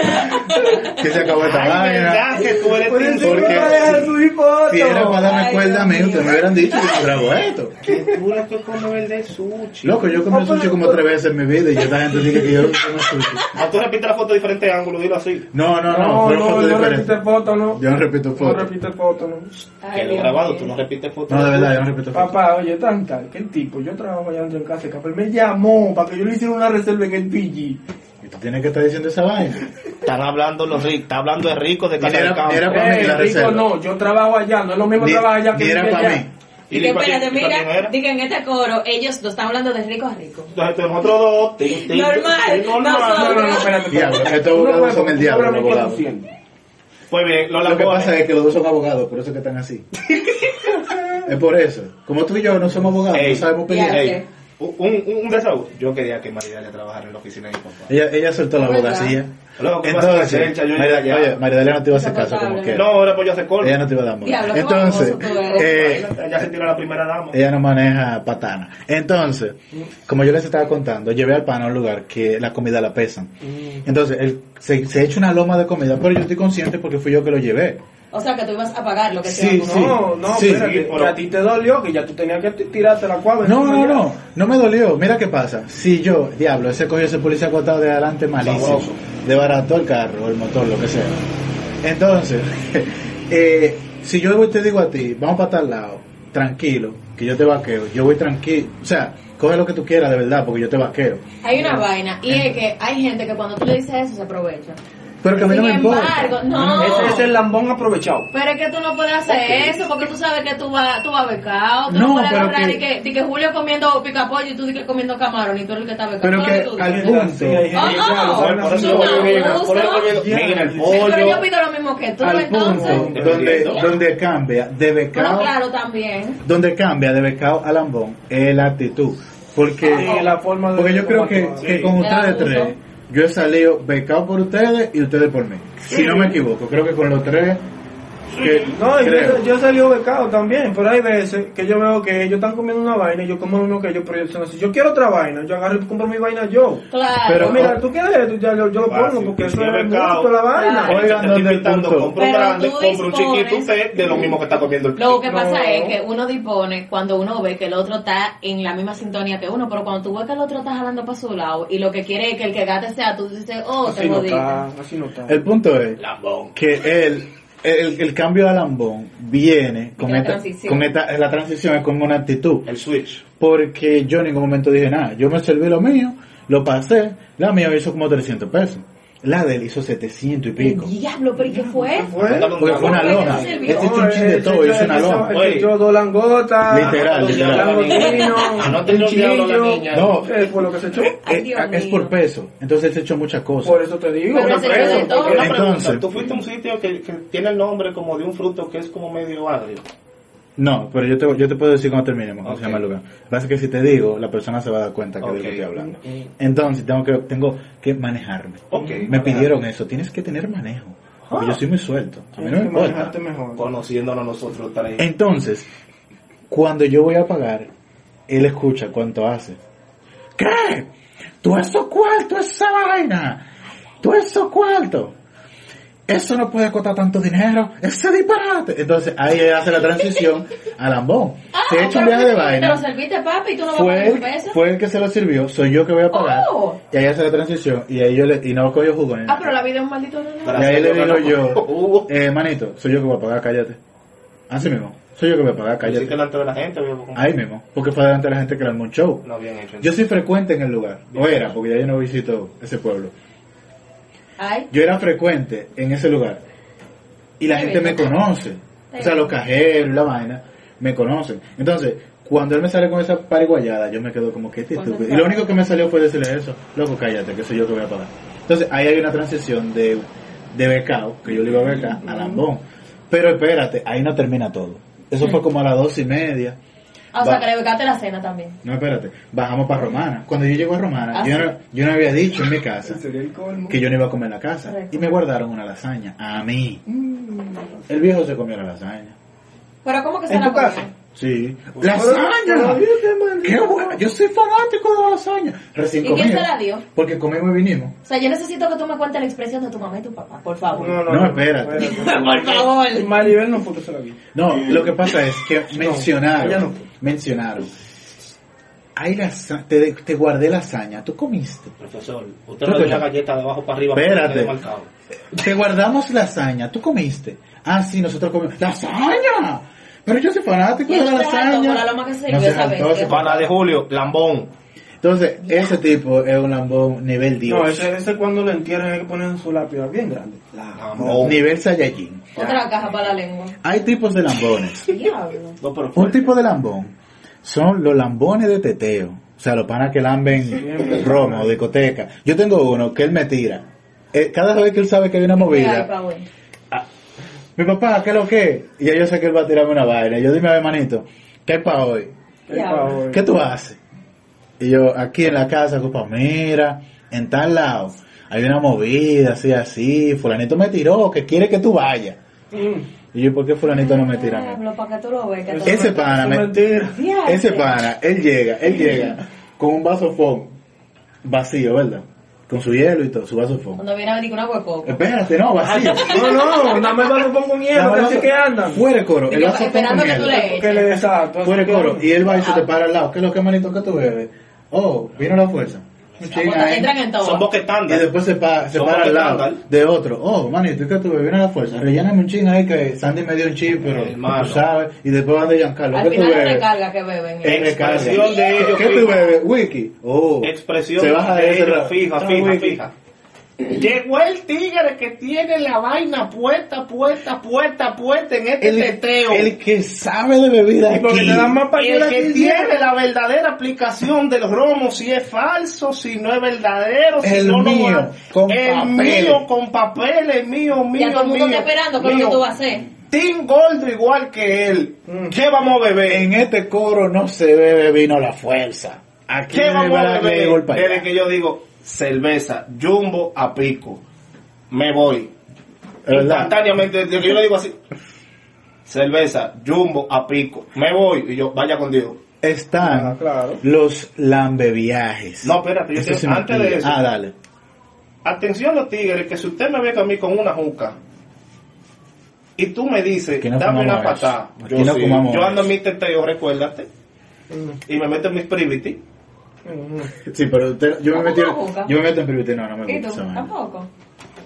Speaker 3: Que se acabó esta
Speaker 5: Ay,
Speaker 3: vaina.
Speaker 5: verdad que tú eres
Speaker 7: Pues
Speaker 5: tipo-
Speaker 7: no
Speaker 3: porque-
Speaker 7: dejas subir foto.
Speaker 3: Si era para darme
Speaker 6: Ay,
Speaker 3: cuerda a mí,
Speaker 6: Dios
Speaker 3: ustedes me hubieran dicho que yo grabo esto.
Speaker 5: Qué dura que como el de sushi.
Speaker 3: Loco, yo comí sushi como tres veces en mi vida y esta gente dice que yo no como sushi.
Speaker 5: Ah, tú repites la foto de diferente ángulo, dilo así.
Speaker 3: No, no, no,
Speaker 7: No,
Speaker 3: fueron
Speaker 7: no,
Speaker 3: fotos
Speaker 7: no
Speaker 3: diferentes.
Speaker 7: repite foto, no.
Speaker 3: Yo no repito
Speaker 7: No
Speaker 3: fotos.
Speaker 7: repite foto, no.
Speaker 6: Ay,
Speaker 5: Quedó
Speaker 6: Dios
Speaker 5: grabado,
Speaker 6: mío.
Speaker 5: tú no repites fotos.
Speaker 3: No, de verdad, yo no repito fotos.
Speaker 7: Papá, oye, tan tal, que el tipo, yo trabajo allá dentro en casa, que él me llamó para que yo le hiciera una reserva en el PG.
Speaker 3: Y tú tienes que estar diciendo esa vaina.
Speaker 5: Están hablando los ricos, está hablando de ricos de Casa
Speaker 3: Mira,
Speaker 5: del Campo.
Speaker 3: mira, para mí,
Speaker 7: Eh,
Speaker 3: la
Speaker 7: rico,
Speaker 3: reserva.
Speaker 7: no, yo trabajo allá, no es lo mismo
Speaker 3: Ni,
Speaker 7: trabajar allá que
Speaker 3: ni era
Speaker 7: vivir
Speaker 3: para
Speaker 7: allá.
Speaker 3: mí.
Speaker 6: Y que
Speaker 5: Lipa-
Speaker 6: espérate,
Speaker 5: Lipa quién
Speaker 6: mira,
Speaker 5: era?
Speaker 6: di que en este coro ellos dos están hablando de rico a rico.
Speaker 5: Entonces nosotros dos, tin, tin,
Speaker 6: Normal,
Speaker 5: tin, normal.
Speaker 7: No, no, no, espérate.
Speaker 3: Diablo,
Speaker 7: espérate.
Speaker 3: estos
Speaker 7: Uno
Speaker 3: abogados
Speaker 7: nuevo,
Speaker 3: son el
Speaker 7: uno
Speaker 3: diablo,
Speaker 7: nuevo,
Speaker 3: los abogados.
Speaker 7: 400.
Speaker 5: Pues bien, los
Speaker 3: Lo que
Speaker 5: lambones.
Speaker 3: pasa es que los dos son abogados, por eso que están así. Es por eso. Como tú y yo no somos abogados,
Speaker 5: Ey.
Speaker 3: no sabemos
Speaker 6: Ya
Speaker 3: pelear.
Speaker 6: sé.
Speaker 5: Ey, un, un, un desahogo. Yo quería que María le trabajara en la oficina de mi papá.
Speaker 3: Ella, ella soltó la
Speaker 6: ¿Verdad?
Speaker 3: abogacía.
Speaker 5: Luego, ¿qué pasa? La
Speaker 3: Entonces,
Speaker 5: chelcha, yo
Speaker 3: María,
Speaker 5: llegué allá.
Speaker 3: oye, María Delia no te iba a hacer caso como
Speaker 6: Insoportable.
Speaker 3: que
Speaker 5: No, ahora pues yo hace corte.
Speaker 3: Ella no te iba a dar amor.
Speaker 6: Diablo, qué
Speaker 3: Entonces,
Speaker 6: baboso tú eres.
Speaker 3: eh,
Speaker 5: Ya se tiró la primera dama.
Speaker 3: Ella no maneja patana. Entonces, como yo les estaba contando, llevé al pan a un lugar que la comida la pesan.
Speaker 6: Mm.
Speaker 3: Entonces, él se, se echa una loma de comida, pero yo estoy consciente porque fui yo que lo llevé.
Speaker 6: O sea, que tú ibas a pagar lo que
Speaker 3: Sí,
Speaker 6: sea.
Speaker 7: No, no,
Speaker 3: Sí,
Speaker 7: espérate,
Speaker 5: sí,
Speaker 7: que
Speaker 5: pero-
Speaker 7: a ti te dolió, que ya tú tenías que t- tirarte la cuadra.
Speaker 3: No, no, no, no me dolió. Mira qué pasa. Si yo, diablo, ese cogió ese policía acotado de adelante malísimo.
Speaker 5: Sabroso.
Speaker 3: De barato el carro, el motor, lo que sea. Entonces, eh, si yo voy y te digo a ti, vamos para tal lado, tranquilo, que yo te vaqueo, yo voy tranquilo, o sea, coge lo que tú quieras de verdad, porque yo te vaqueo.
Speaker 6: Hay una vaina, y es que hay gente que cuando tú le dices eso se aprovecha.
Speaker 3: Pero que a mí no
Speaker 6: Sin
Speaker 3: me importa.
Speaker 6: embargo, no.
Speaker 7: Ese es el lambón aprovechado.
Speaker 6: Pero es que tú no puedes hacer eso porque tú sabes que tú vas tú vas becado. Tú
Speaker 3: No,
Speaker 6: no, puedes
Speaker 3: pero
Speaker 6: agarrar
Speaker 3: que-
Speaker 6: y que, di que Julio comiendo picapollo y tú di que comiendo camarón y tú eres el que está becado.
Speaker 3: Pero
Speaker 6: No,
Speaker 3: que
Speaker 6: tú, tú,
Speaker 3: al
Speaker 6: tú.
Speaker 3: punto,
Speaker 7: Sí, hay gente-
Speaker 6: Oh,
Speaker 5: ¿Sabes? Por eso
Speaker 6: no,
Speaker 5: yo voy a
Speaker 6: no,
Speaker 5: por eso
Speaker 6: no.
Speaker 5: yo digo, mira el
Speaker 6: Sí, pero yo
Speaker 5: pollo.
Speaker 6: pido lo mismo que tú,
Speaker 3: al
Speaker 6: entonces.
Speaker 3: punto donde, donde cambia de
Speaker 6: Bueno,
Speaker 3: becado,
Speaker 6: claro, también.
Speaker 3: donde cambia de becado a lambón es la actitud. Porque,
Speaker 6: Ah,
Speaker 7: Sí, la forma de-
Speaker 3: porque yo creo
Speaker 7: cómo
Speaker 3: que,
Speaker 7: actuar.
Speaker 3: que
Speaker 7: Sí.
Speaker 3: con
Speaker 6: El
Speaker 3: ustedes
Speaker 6: abuso.
Speaker 3: tres, yo he salido becado por ustedes y ustedes por mí. Si no me equivoco, creo que con los tres, que
Speaker 7: No, y
Speaker 3: creo.
Speaker 7: yo, yo he salido becado también, pero hay veces que yo veo que ellos están comiendo una vaina y yo como lo mismo que ellos, pero ellos son así. Yo quiero otra vaina, yo agarro y compro mi vaina yo.
Speaker 6: Claro.
Speaker 3: Pero- Ah,
Speaker 7: Pero mira, tú quieres esto, ya yo, yo lo
Speaker 5: Fácil,
Speaker 7: pongo porque eso
Speaker 5: yo
Speaker 7: es
Speaker 5: becado.
Speaker 7: mucho la vaina.
Speaker 6: Claro.
Speaker 5: Oigan,
Speaker 3: donde
Speaker 5: donde
Speaker 3: el
Speaker 5: invitando,
Speaker 3: punto.
Speaker 5: compra un
Speaker 6: Pero
Speaker 5: grande,
Speaker 6: tú pues.
Speaker 5: compra un
Speaker 6: dispones-
Speaker 5: chiquito usted de lo mismo que está comiendo el
Speaker 6: Lo que
Speaker 7: No.
Speaker 6: pasa es que uno dispone cuando uno ve que el otro está en la misma sintonía que uno, pero cuando tú ves que el otro está jalando para su lado y lo que quiere es que el que gate sea tú, dices, oh, te
Speaker 7: Así no
Speaker 6: jodiste.
Speaker 7: está, así no está.
Speaker 3: El punto es
Speaker 5: Lambón.
Speaker 3: que él, el, el cambio a lambón viene con
Speaker 6: La
Speaker 3: esta,
Speaker 6: transición.
Speaker 3: con esta, la transición es con una actitud.
Speaker 5: El switch.
Speaker 3: Porque yo en ningún momento dije nada. Yo me serví lo mío, lo pasé, la mía hizo como 300 pesos. La de él hizo 700 y pico.
Speaker 6: Diablo, pero ¿y qué fue?
Speaker 5: Mándame un
Speaker 3: Porque fue una
Speaker 5: grande.
Speaker 3: lona.
Speaker 6: No,
Speaker 3: Este es un chin este de todo, es una lona.
Speaker 5: Oye.
Speaker 7: Yo dos langotas,
Speaker 3: Literal,
Speaker 7: dos
Speaker 3: literal.
Speaker 7: langotinos,
Speaker 5: Anótenle
Speaker 7: un
Speaker 5: un diablo a la
Speaker 7: chillo.
Speaker 5: niña.
Speaker 3: No.
Speaker 7: Eh, fue lo que se echó.
Speaker 6: Ay,
Speaker 3: Eh,
Speaker 6: Dios
Speaker 3: es,
Speaker 6: mío.
Speaker 3: por peso. Entonces él se echó muchas cosas.
Speaker 7: Por eso te digo.
Speaker 6: Pero
Speaker 5: Una
Speaker 6: ese
Speaker 5: pregunta,
Speaker 6: es todo.
Speaker 5: una pregunta.
Speaker 3: Entonces.
Speaker 5: Tú fuiste a un sitio que, que tiene el nombre como de un fruto que es como medio agrio.
Speaker 3: No, pero yo te, yo te puedo decir cuando terminemos cómo se
Speaker 5: Ok.
Speaker 3: llama el lugar. Lo que pasa es que si te digo, la persona se va a dar cuenta que de lo que
Speaker 5: Ok.
Speaker 3: estoy hablando. Entonces tengo que, tengo que manejarme.
Speaker 5: Ok.
Speaker 3: Me pidieron eso. Tienes que tener manejo. Porque yo soy muy suelto. A mí no me
Speaker 7: Tienes que
Speaker 3: importa.
Speaker 7: manejarte mejor.
Speaker 5: Conociéndonos nosotros tres.
Speaker 3: Entonces, cuando yo voy a pagar, él escucha cuánto hace. ¿Qué? ¿Tú eso cuarto, esa vaina? ¿Tú eso cuarto? Eso no puede costar tanto dinero, ese disparate. Entonces ahí él hace la transición a Lambón. Se echa un
Speaker 6: Ah, pero
Speaker 3: viaje de
Speaker 6: tú Te lo
Speaker 3: vaina.
Speaker 6: serviste, papi, y tú no vas a
Speaker 3: Fue
Speaker 6: pagar un
Speaker 3: él,
Speaker 6: peso.
Speaker 3: fue el que se lo sirvió, soy yo que voy a pagar.
Speaker 6: Oh.
Speaker 3: Y ahí hace la transición y ahí yo le, y no cogió jugo. ni
Speaker 6: Ah,
Speaker 3: nada.
Speaker 6: pero la vida es un maldito
Speaker 3: Y
Speaker 6: reloj.
Speaker 5: Para-
Speaker 3: ahí le digo yo,
Speaker 5: Hugo.
Speaker 3: eh, manito, soy yo que voy a pagar, cállate. Así mismo, soy yo que voy a pagar,
Speaker 5: Cállate.
Speaker 3: cállate.
Speaker 5: delante de la gente. viejo.
Speaker 3: Ahí mismo, porque fue delante de la gente que era un show.
Speaker 5: No, bien hecho.
Speaker 3: Yo soy frecuente en el lugar, o era, porque ya yo no visito ese pueblo.
Speaker 6: Ay,
Speaker 3: Yo era frecuente en ese lugar y la
Speaker 6: Qué
Speaker 3: gente me
Speaker 6: bien.
Speaker 3: conoce. O sea, los cajeros, la vaina, me conocen. Entonces, cuando él me sale con esa pariguayada, yo me quedo como que este estúpido. Y lo único que me salió fue decirle eso, loco, cállate, que soy yo que voy a pagar. Entonces, ahí hay una transición de, de becao, que yo le iba a becar, a lambón. Pero espérate, ahí no termina todo. Eso fue como a las dos y media.
Speaker 6: ah, o sea,
Speaker 3: Va.
Speaker 6: que le becaste la cena también.
Speaker 3: No, espérate. Bajamos para Romana. Cuando yo llego a Romana,
Speaker 6: Ah,
Speaker 3: yo,
Speaker 6: sí.
Speaker 3: no, yo no había dicho en mi casa
Speaker 7: Sería el colmo.
Speaker 3: que yo no iba a comer la casa.
Speaker 6: Correcto. Mm.
Speaker 3: Y me guardaron una lasaña. A mí. El viejo se comió la lasaña.
Speaker 6: Pero ¿cómo que se
Speaker 7: ¿En
Speaker 6: la
Speaker 7: tu casa?
Speaker 6: comió?
Speaker 3: Sí.
Speaker 7: Pero-
Speaker 3: ¡Lasaña!
Speaker 7: pero, ¿qué maldito?
Speaker 3: ¡Qué bueno! Yo soy fanático de la lasaña. Recién
Speaker 6: ¿Y quién
Speaker 3: comida.
Speaker 6: te la dio?
Speaker 3: Porque comimos y vinimos.
Speaker 6: O sea, yo necesito que tú me cuentes la expresión de tu mamá y tu papá, por favor.
Speaker 7: No, no,
Speaker 3: No,
Speaker 7: no,
Speaker 3: espérate.
Speaker 6: Por favor.
Speaker 7: Maribel no fue que se la vi.
Speaker 3: No, lo que pasa es que
Speaker 7: ella
Speaker 3: mencionaron.
Speaker 7: no.
Speaker 3: Mencionaron. Hay lasa- te, te guardé lasaña. Tú comiste.
Speaker 5: Profesor, usted
Speaker 3: Profesor.
Speaker 5: no la galleta de abajo para arriba. porque
Speaker 3: Espérate.
Speaker 5: quedé marcado.
Speaker 3: Te guardamos lasaña, tú comiste. Ah, sí, nosotros comimos. ¡Lasaña! Pero yo soy fanático
Speaker 6: Y
Speaker 3: de
Speaker 6: él
Speaker 3: la
Speaker 6: se jaltó
Speaker 3: lasaña.
Speaker 6: con la loma que se
Speaker 3: No
Speaker 6: sirvió
Speaker 3: se
Speaker 6: esa
Speaker 3: jaltó,
Speaker 6: vez,
Speaker 3: se
Speaker 6: ¿eh?
Speaker 3: jaltó.
Speaker 5: Pana de Julio, Lambón.
Speaker 3: Entonces, ese tipo es un lambón nivel Dios.
Speaker 7: No, ese, ese cuando lo entierran hay que poner en su lápida bien grande.
Speaker 5: Lambón.
Speaker 3: Oh. Nivel Saiyajin.
Speaker 6: Otra caja para la lengua.
Speaker 3: Hay tipos de lambones.
Speaker 6: Diablo.
Speaker 5: No, pero
Speaker 3: Un
Speaker 5: fuerte.
Speaker 3: tipo de lambón son los lambones de teteo. O sea, los panas que lamben romo, discoteca. Yo tengo uno que él me tira. Eh, cada vez que él sabe que hay una
Speaker 6: Ay,
Speaker 3: movida,
Speaker 6: pa' bueno.
Speaker 3: mi papá, ¿qué es lo que? Y ya yo sé que él va a tirarme una vaina. Yo dime, a ver, manito, ¿qué es para hoy?
Speaker 7: Ay, pa' hoy.
Speaker 3: ¿Qué tú haces? Y yo, aquí en la casa, compa, mira, en tal lado, hay una movida, así, así, fulanito me tiró, que quiere que tú vayas.
Speaker 7: Mm,
Speaker 3: Y yo, ¿por qué fulanito no me tira a mí?
Speaker 6: Diablo, para que tú lo veas. que tú-
Speaker 3: Ese pana,
Speaker 7: es
Speaker 3: me-
Speaker 7: mentira.
Speaker 6: Diablo.
Speaker 3: ese pana, él llega, él llega con un vaso foam vacío, ¿verdad? Con su hielo y todo, su vaso foam.
Speaker 6: Cuando viene a venir con agua de coco.
Speaker 3: Espérate, no, vacío.
Speaker 7: No, no, nada más lo pongo
Speaker 3: Nada
Speaker 7: miedo,
Speaker 3: más
Speaker 7: que
Speaker 3: el
Speaker 7: así
Speaker 3: vaso-
Speaker 7: que andan.
Speaker 3: Fuera de coro, el
Speaker 6: Digo,
Speaker 3: vaso foam
Speaker 6: esperando
Speaker 3: con
Speaker 6: que tú
Speaker 3: hielo.
Speaker 6: le Ah.
Speaker 7: Que le desato. así
Speaker 3: Fuera de
Speaker 7: que
Speaker 3: coro.
Speaker 7: andan.
Speaker 3: Y él va y se te para al lado. ¿Qué es lo que manito que tú bebes? Oh, vino la fuerza.
Speaker 9: Un
Speaker 6: Las
Speaker 9: chin
Speaker 6: botas
Speaker 9: ahí.
Speaker 6: entran en
Speaker 5: Son
Speaker 6: todo.
Speaker 5: boca
Speaker 3: Y
Speaker 5: estándar.
Speaker 3: después se, pa- se
Speaker 5: Son
Speaker 3: para al lado
Speaker 5: estándar.
Speaker 3: de otro. Oh, manito, es que tú bebes a la fuerza. Relléname un chin ahí que Sandy me dio un chin, pero
Speaker 5: Hermano.
Speaker 3: tú sabes. Y después van de Giancarlo.
Speaker 6: Al
Speaker 3: ¿Qué tú
Speaker 6: final es
Speaker 3: bebes?
Speaker 6: recarga que beben.
Speaker 3: Eh, recarga.
Speaker 5: Expresión de ellos
Speaker 3: ¿Qué tú
Speaker 5: fija.
Speaker 3: bebes? Wiki. Oh.
Speaker 5: Expresión
Speaker 3: Se baja
Speaker 5: de
Speaker 3: de ese
Speaker 5: ellos,
Speaker 3: lado.
Speaker 5: fija,
Speaker 3: Ah,
Speaker 5: fija,
Speaker 3: wiki.
Speaker 5: fija. Llegó el tigre que tiene la vaina puesta, puesta, puesta, puesta en este
Speaker 3: El,
Speaker 5: teteo.
Speaker 3: el que sabe de bebida
Speaker 5: Y
Speaker 3: aquí.
Speaker 5: Y el que tiene la verdadera aplicación del romo, si es falso, si no es verdadero, si
Speaker 3: El
Speaker 5: no no
Speaker 3: mío,
Speaker 5: va-
Speaker 3: con
Speaker 5: el
Speaker 3: papeles.
Speaker 5: mío con papeles, mío, mío,
Speaker 6: Ya todo el mundo
Speaker 5: mío,
Speaker 6: está esperando, ¿qué es lo
Speaker 5: mío.
Speaker 6: que tú vas a hacer?
Speaker 5: Team Gordo igual que él.
Speaker 3: Mm.
Speaker 5: ¿Qué vamos a beber?
Speaker 3: En este coro no se bebe vino la fuerza. Aquí
Speaker 5: ¿Qué vamos a
Speaker 3: beber?
Speaker 5: beber? Desde que yo digo cerveza, jumbo a pico. Me voy. Instantáneamente, desde que yo le digo así. Cerveza, jumbo a pico. Me voy. Y yo, vaya con Dios.
Speaker 3: Están
Speaker 7: Ah, claro.
Speaker 3: los lambeviajes.
Speaker 5: No, espérate, yo
Speaker 3: Eso
Speaker 5: quiero-
Speaker 3: se me
Speaker 5: antes de
Speaker 3: olvida.
Speaker 5: eso.
Speaker 3: Ah, dale.
Speaker 5: Atención los tigres, que si usted me ve que a mí con una juca y tú me dices,
Speaker 3: Aquí no
Speaker 5: dame una
Speaker 3: fumamos
Speaker 5: patada,
Speaker 3: eso.
Speaker 5: yo,
Speaker 3: Aquí no
Speaker 5: sí.
Speaker 3: fumamos
Speaker 5: Yo ando en
Speaker 3: eso.
Speaker 5: mi teteo, recuérdate, y me meto en mis privity.
Speaker 7: Mm,
Speaker 3: Sí, pero usted- yo, me
Speaker 6: ¿Cómo
Speaker 3: metí,
Speaker 6: no busca?
Speaker 3: yo me metí en private, no, no me
Speaker 6: ¿Y
Speaker 3: gusta
Speaker 6: tú?
Speaker 3: esa vaina.
Speaker 6: ¿Tampoco?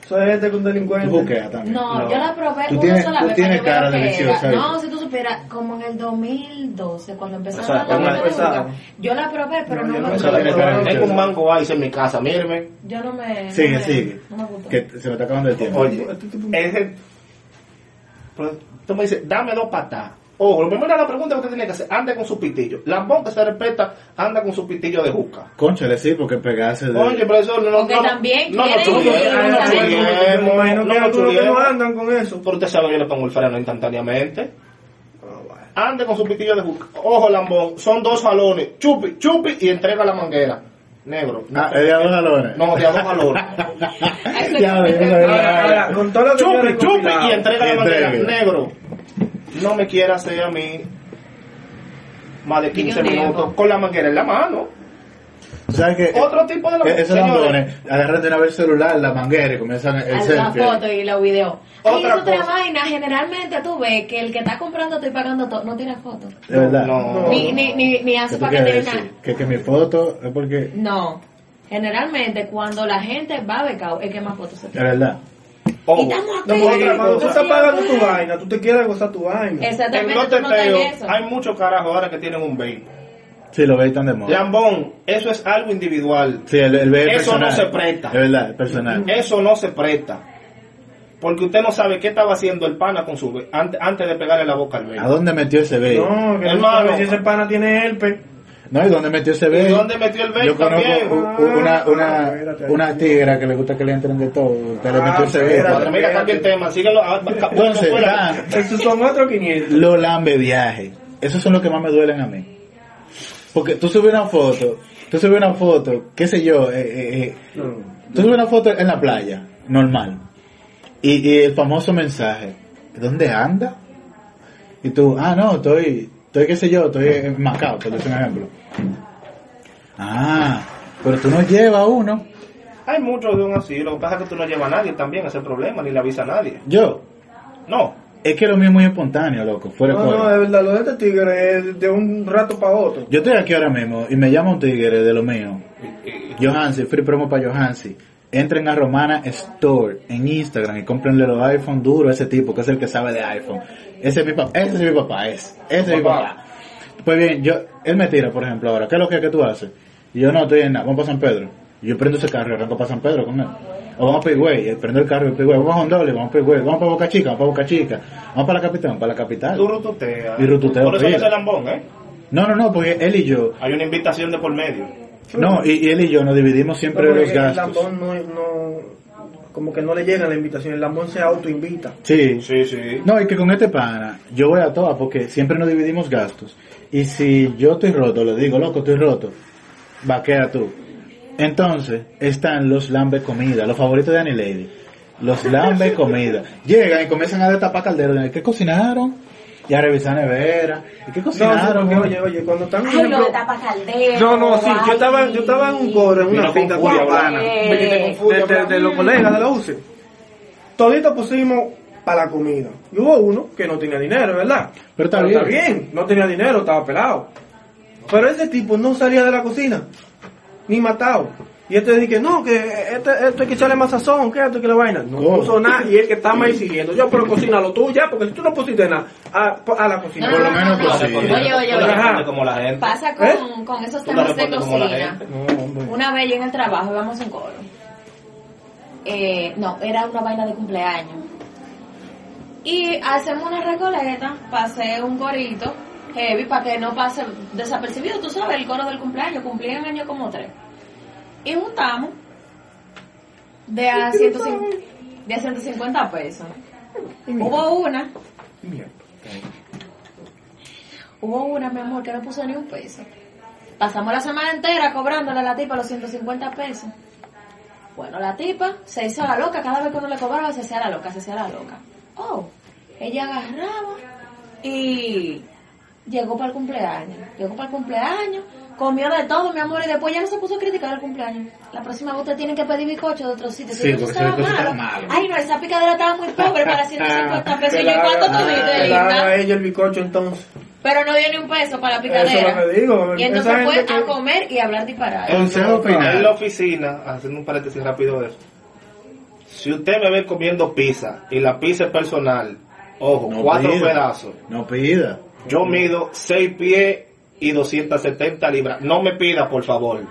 Speaker 7: Soy gente con
Speaker 3: Tú
Speaker 7: delincuente.
Speaker 3: juqueas también.
Speaker 6: No, yo la probé
Speaker 3: Tú
Speaker 6: una
Speaker 3: tienes-
Speaker 6: sola
Speaker 3: tú
Speaker 6: vez.
Speaker 3: tienes
Speaker 6: pero yo
Speaker 3: cara
Speaker 6: creo
Speaker 3: de
Speaker 6: que era.
Speaker 3: viciosa,
Speaker 6: No,
Speaker 3: ¿viste?
Speaker 6: si tú supieras, como en el 2012, cuando
Speaker 5: O
Speaker 6: empezaron
Speaker 5: sea,
Speaker 6: a hablar
Speaker 5: cuando
Speaker 6: de música,
Speaker 5: empezaron.
Speaker 6: yo la probé, pero no,
Speaker 7: yo
Speaker 6: me
Speaker 7: no
Speaker 5: O
Speaker 6: gustó.
Speaker 5: sea,
Speaker 3: tiene cara de
Speaker 5: es un mango ice en mi casa, mírame.
Speaker 6: Yo no me.
Speaker 3: Sigue,
Speaker 6: no me-
Speaker 3: sigue.
Speaker 6: No me gustó.
Speaker 3: Que se me está acabando el tiempo.
Speaker 5: Oye,
Speaker 7: Este
Speaker 5: ese- pero tú me dices, dame dos patadas. Ojo, lo primero la pregunta que usted tiene que hacer, anda con su pitillo. La que se respeta, anda con su pitillo de juca.
Speaker 3: Conchale, sí, porque pegarse de...
Speaker 5: Oye, profesor, no, no,
Speaker 6: Porque
Speaker 5: no,
Speaker 6: también
Speaker 5: no, no,
Speaker 6: quieren-
Speaker 5: chuleemos,
Speaker 6: quieren-
Speaker 5: no,
Speaker 6: quieren-
Speaker 5: chuleemos,
Speaker 7: Me imagino que
Speaker 5: no,
Speaker 7: algunos que no
Speaker 5: chuleemos.
Speaker 7: andan con eso.
Speaker 5: Pero usted sabe que yo le pongo el freno instantáneamente.
Speaker 7: Ah,
Speaker 5: Ande con su pitillo de juca. Ojo, lambón. Son dos jalones. Chupi, chupi y entrega la manguera. Negro. No,
Speaker 3: Ah, es de a dos galones.
Speaker 5: no, de a dos jalones.
Speaker 6: Eso es-
Speaker 3: Ya, ves, ya, ves,
Speaker 7: Ahora,
Speaker 3: ya,
Speaker 7: ahora,
Speaker 3: ves.
Speaker 7: con todo lo que yo he
Speaker 5: chupi, chupi
Speaker 7: recopilado,
Speaker 5: y entrega la
Speaker 3: Entrega.
Speaker 5: manguera. Negro. No me quiera hacer a mí más de 15
Speaker 6: Yo niego.
Speaker 5: minutos con la manguera en la mano.
Speaker 3: Tú ¿Sabes que
Speaker 5: Otro tipo de
Speaker 3: que
Speaker 5: lambones,
Speaker 3: Eh, Esos
Speaker 5: señores.
Speaker 3: lambones agarran de una vez el celular, la manguera y comienzan el
Speaker 6: la
Speaker 3: selfie.
Speaker 6: foto y los videos. Y
Speaker 5: Otra
Speaker 6: es otra
Speaker 5: cosa.
Speaker 6: vaina, generalmente tú ves que el que está comprando estoy pagando todo, no tiene foto.
Speaker 3: De verdad.
Speaker 5: No.
Speaker 6: Ni, ni, ni, ni
Speaker 3: Oh. ¿Qué
Speaker 6: hace
Speaker 3: tú
Speaker 6: para que
Speaker 3: quieres
Speaker 6: tenga.
Speaker 3: decir? Que, que mi foto es porque...
Speaker 6: No. Generalmente cuando la gente va a becao es que más fotos se
Speaker 3: De verdad.
Speaker 5: Ojo.
Speaker 6: Y estamos
Speaker 7: No,
Speaker 6: aquí.
Speaker 7: porque cuando tú estás
Speaker 6: Entonces,
Speaker 7: pagando tu
Speaker 6: pues,
Speaker 7: vaina, tú te quieres gozar tu vaina.
Speaker 5: En
Speaker 6: Exactamente,
Speaker 5: los
Speaker 6: tú no estás en
Speaker 5: teteos
Speaker 6: eso.
Speaker 5: hay muchos carajos ahora que tienen un vape.
Speaker 3: Sí, lo veis tan de moda.
Speaker 5: Lambón, eso es algo individual.
Speaker 3: Sí, el, el bebé
Speaker 5: Eso
Speaker 3: personal.
Speaker 5: no se presta.
Speaker 3: Es verdad, es personal.
Speaker 5: Eso no se presta. Porque usted no sabe qué estaba haciendo el pana con su be- ante- antes de pegarle la boca al
Speaker 3: ¿A
Speaker 5: bebé.
Speaker 3: dónde metió ese bebé?
Speaker 7: No, que
Speaker 5: Hermano.
Speaker 7: no sabes si ese pana tiene herpes.
Speaker 3: No, ¿y dónde metió ese
Speaker 5: ¿Y
Speaker 3: bebé?
Speaker 5: dónde metió el
Speaker 3: Yo
Speaker 5: vape
Speaker 3: conozco
Speaker 5: también?
Speaker 3: u- u- una,
Speaker 7: Ah,
Speaker 3: una,
Speaker 7: espérate.
Speaker 3: una tigra que le gusta que le entren de todo. Usted le
Speaker 7: Ah,
Speaker 3: metió ese
Speaker 7: espérate.
Speaker 3: bebé.
Speaker 5: Cuatro, Mira, cambia el tema. Síguelo. Ah, va- ca-
Speaker 3: Entonces,
Speaker 5: bueno,
Speaker 3: ah,
Speaker 5: fuera.
Speaker 7: Esos son otros 500.
Speaker 3: Los lambe viajes. Esos son los que más me duelen a mí. Porque tú subes una foto, tú subes una foto, qué sé yo, eh, eh, eh, tú subes una foto en la playa, normal. Y, y el famoso mensaje, ¿dónde anda? Y tú, ah, no, estoy, estoy qué sé yo, estoy en Macao, por decir un ejemplo. Ah, pero tú no llevas uno.
Speaker 5: Hay muchos de un así. Lo que pasa es que tú no llevas a nadie también ese problema, ni le avisa a nadie.
Speaker 3: Yo,
Speaker 5: No.
Speaker 3: es que lo mío es muy espontáneo, loco, fuera de
Speaker 7: No,
Speaker 3: coro.
Speaker 7: no, de verdad, lo de este tigre es de un rato para otro.
Speaker 3: Yo estoy aquí ahora mismo y me llama un tigre de lo mío. Johansi, free promo para Johansi. Entren a Romana Store en Instagram y cómprenle los iPhone duro a ese tipo, que es el que sabe de iPhone. Ese es mi papá, ese es mi papá, ese, ese es mi
Speaker 5: Papá.
Speaker 3: papá. Pues bien, yo, él me tira, por ejemplo, ahora, ¿qué es lo que, que tú haces? Y yo no, estoy en nada, vamos para San Pedro. Y yo prendo ese carro y arranco para San Pedro con él. O vamos para Higüey, él prende el carro y Higüey, vamos a Hondoles, vamos para Higüey, vamos para Boca Chica, vamos para Boca Chica, vamos para la capital, vamos para la
Speaker 5: Tú
Speaker 3: capital.
Speaker 5: rututeas.
Speaker 3: Y rututeo,
Speaker 5: Por eso no
Speaker 3: pila.
Speaker 5: es el lambón, ¿eh?
Speaker 3: No, no, no, porque él y yo,
Speaker 5: Hay una invitación de por medio.
Speaker 3: no, y, y él y yo nos dividimos siempre
Speaker 7: No, porque
Speaker 3: los gastos.
Speaker 7: El lambón no, no- como que no le llega la invitación, el lambón se autoinvita.
Speaker 3: Sí.
Speaker 5: Sí, sí.
Speaker 3: No, y que con este pana, yo voy a todas porque siempre nos dividimos gastos. Y si yo estoy roto, le digo, loco, estoy roto, vaquea tú. Entonces, están los lambe comida, los favoritos de Annie Lady. Los lambe comida. Llegan y comienzan a destapar calderos. de, ¿Qué cocinaron? Y a revisar nevera. ¿Y qué
Speaker 7: No,
Speaker 3: cocinaron?
Speaker 7: porque, oye, oye, cuando están...
Speaker 6: Ay, lo de tapa caldero.
Speaker 7: No, no, sí, yo estaba,
Speaker 6: ay.
Speaker 7: yo estaba en un coro, en
Speaker 5: Vino
Speaker 7: una
Speaker 5: con
Speaker 7: fiesta
Speaker 5: furia,
Speaker 7: cubana,
Speaker 6: Blanca.
Speaker 7: de, de- de los colegas de la UCE. Todito pusimos para la comida. Y hubo uno que no tenía dinero, ¿verdad?
Speaker 3: Pero está
Speaker 7: Pero
Speaker 3: bien.
Speaker 7: no tenía dinero, estaba pelado. Pero ese tipo no salía de la cocina, ni matado. Y este dije, no, que este, esto hay que echarle más sazón, que esto, que la vaina. No
Speaker 3: ¿Cómo?
Speaker 7: puso nada y el que está más siguiendo. Yo, pero cocínalo tú ya, porque si tú no pusiste nada, a, a la cocina.
Speaker 6: No, no, no,
Speaker 5: menos pues,
Speaker 6: no, no.
Speaker 5: cocina.
Speaker 6: Oye, oye,
Speaker 5: Tú
Speaker 6: oye.
Speaker 5: respondes como la gente.
Speaker 6: Pasa
Speaker 7: ¿Eh?
Speaker 6: con, con esos
Speaker 5: Tú la
Speaker 6: temas de
Speaker 5: respondes como la
Speaker 6: cocina.
Speaker 5: gente.
Speaker 6: Una vez yo en el trabajo íbamos a un coro. Eh, no, era una vaina de cumpleaños. Y hacemos una recoleta, pasé un corito heavy para que no pase desapercibido. Tú sabes, el coro del cumpleaños, cumplí en año como tres. Y juntamos de a, 150, de a 150 pesos. Hubo una. Hubo una, mi amor, que no puso ni un peso. Pasamos la semana entera cobrándole a la tipa los 150 pesos. Bueno, la tipa se hizo la loca, cada vez que uno le cobraba se hacía la loca, se hacía la loca. Oh, ella agarraba y llegó para el cumpleaños, llegó para el cumpleaños, comió de todo, mi amor, y después ya no se puso a criticar el cumpleaños. La próxima vez usted tiene que pedir bizcocho de otro sitio.
Speaker 3: Sí,
Speaker 6: eso
Speaker 3: porque
Speaker 6: estaba
Speaker 3: ese bizcocho
Speaker 6: malo.
Speaker 3: está malo.
Speaker 6: Ay, no, esa picadera estaba muy pobre para 150 pesos.
Speaker 7: Que
Speaker 6: ¿Y
Speaker 7: la
Speaker 6: cuánto
Speaker 7: haga-
Speaker 6: tuviste, Ah.
Speaker 7: que la haga
Speaker 6: linda?
Speaker 7: ella el bicocho entonces.
Speaker 6: Pero no dio ni un peso para la
Speaker 7: Eso es
Speaker 6: picadera.
Speaker 7: lo que digo.
Speaker 6: Y entonces
Speaker 7: Esa
Speaker 6: fue Ah,
Speaker 7: gente
Speaker 6: a
Speaker 7: que-
Speaker 6: comer y a hablar disparado.
Speaker 5: Consejo
Speaker 10: final.
Speaker 5: En la oficina, haciendo un paréntesis rápido de eso. Si usted me ve comiendo pizza y la pizza es personal, ojo,
Speaker 11: No
Speaker 5: cuatro
Speaker 11: pida.
Speaker 5: pedazos.
Speaker 11: No pida.
Speaker 5: Yo mido 6 pies y 270 libras. No me pida, por favor.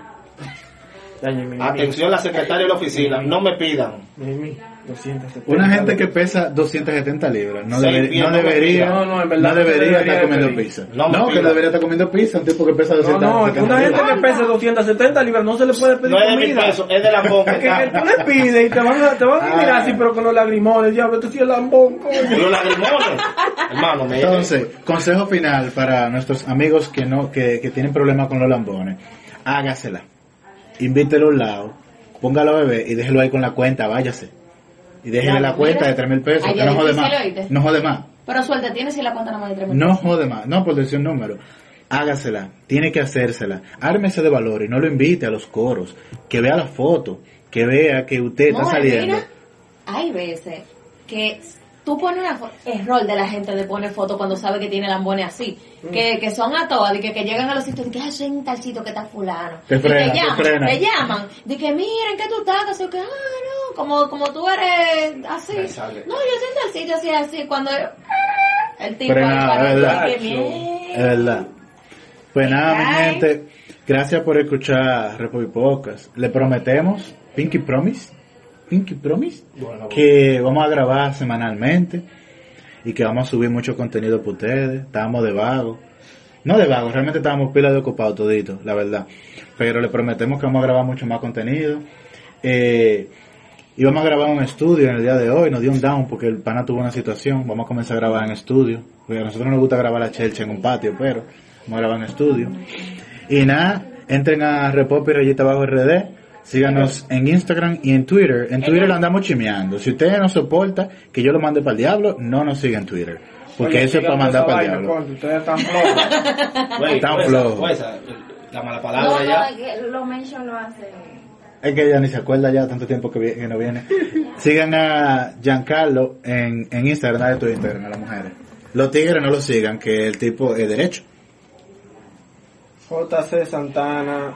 Speaker 7: Ah, eh.
Speaker 5: Atención, la secretaria de la oficina, no me pidan.
Speaker 7: Mimi, 270.
Speaker 3: Una gente que pesa 270 libras no,
Speaker 5: Sí,
Speaker 3: deber-
Speaker 5: bien,
Speaker 3: no
Speaker 5: no
Speaker 3: debería,
Speaker 5: me-
Speaker 3: no,
Speaker 7: no, no, en verdad,
Speaker 3: debería,
Speaker 7: no debería
Speaker 3: estar comiendo
Speaker 7: debería.
Speaker 3: pizza.
Speaker 5: No
Speaker 3: No,
Speaker 5: me
Speaker 3: que
Speaker 5: pida.
Speaker 3: no debería estar comiendo pizza un tipo que pesa
Speaker 7: No,
Speaker 3: 270
Speaker 7: no, es que una gente
Speaker 3: libras.
Speaker 7: que pesa 270 libras no se le puede pedir
Speaker 5: No es de mi
Speaker 7: comida.
Speaker 5: peso, Ah. es de la
Speaker 7: Que, que tú
Speaker 5: bomba.
Speaker 7: le pides y te van a, te van a mirar así, pero con los lagrimones. Ya, vete si el lambón, coño.
Speaker 5: Yo lagrimones. Hermano, me
Speaker 3: Entonces, consejo final para nuestros amigos que no que, que tienen problemas con los lambones. Hágasela. Invítelo a un lado, póngalo a beber y déjelo ahí con la cuenta, váyase. Y déjele
Speaker 6: Ya,
Speaker 3: la
Speaker 6: mira.
Speaker 3: cuenta de 3 mil pesos, que
Speaker 6: Ayer
Speaker 3: no jode
Speaker 6: difícil,
Speaker 3: más.
Speaker 6: ¿oíste?
Speaker 3: No jode más.
Speaker 6: Pero suerte tiene si la cuenta no más de tres mil
Speaker 3: No jode más. No por decir un número. Hágasela. Tiene que hacérsela. Ármese de valor y no lo invite a los coros. Que vea la foto. Que vea que usted está
Speaker 6: More,
Speaker 3: saliendo.
Speaker 6: mira, hay veces que tú pones una foto, error de la gente de poner foto cuando sabe que tiene lambones así, que, que son a todas, de que, que llegan a los sitios, de que "Ay, soy un tal sitio que está fulano,
Speaker 3: Te
Speaker 6: Y
Speaker 3: frena, te
Speaker 6: llaman,
Speaker 3: frena.
Speaker 6: te llaman, de que miren que tú estás, que sé yo qué, ah, no, como, como tú eres así, no, yo
Speaker 5: Me
Speaker 6: soy
Speaker 5: sale.
Speaker 6: un tal sitio así, así, cuando ah, el tipo
Speaker 3: Pero
Speaker 6: ahí
Speaker 3: nada,
Speaker 6: para-
Speaker 3: es verdad.
Speaker 6: que bien.
Speaker 3: Es verdad. Pues nada, mi
Speaker 6: Bye.
Speaker 3: gente. Gracias por escuchar Republic Podcast. Le prometemos, Pinky Promise, Pinky Promise,
Speaker 5: Bueno,
Speaker 3: que vamos a grabar semanalmente y que vamos a subir mucho contenido para ustedes. Estábamos de vago. No de vago, realmente estábamos pila de ocupados toditos, la verdad. Pero le prometemos que vamos a grabar mucho más contenido. Eh, y vamos a grabar un estudio en el día de hoy. Nos dio un down porque el pana tuvo una situación. Vamos a comenzar a grabar en estudio. Porque a nosotros nos gusta grabar la chelcha en un patio, pero vamos a grabar en estudio. Y nada, entren a Repop y Rayita Bajo RD. Síganos en Instagram y en Twitter. En Twitter lo andamos chimeando. Si usted no soporta que yo lo mande para el diablo, no nos siga en Twitter. Porque
Speaker 7: Oye,
Speaker 3: eso es para
Speaker 7: sigan
Speaker 3: mandar
Speaker 7: esa
Speaker 3: para el
Speaker 7: vaina,
Speaker 3: diablo.
Speaker 7: coño, Ustedes están flojos.
Speaker 5: Güey,
Speaker 3: Tan
Speaker 5: fuerza,
Speaker 3: flojo.
Speaker 5: fuerza. La mala
Speaker 3: Ah,
Speaker 5: palabra
Speaker 6: No, no,
Speaker 5: ya.
Speaker 6: es que lo mention lo hace.
Speaker 3: Eh. Es que ella ni se acuerda ya tanto tiempo que, vi- que no viene. Sigan a Giancarlo en, en Instagram, dale tu Instagram a las mujeres. Los tigres no lo sigan, que el tipo es derecho.
Speaker 7: JC Santana.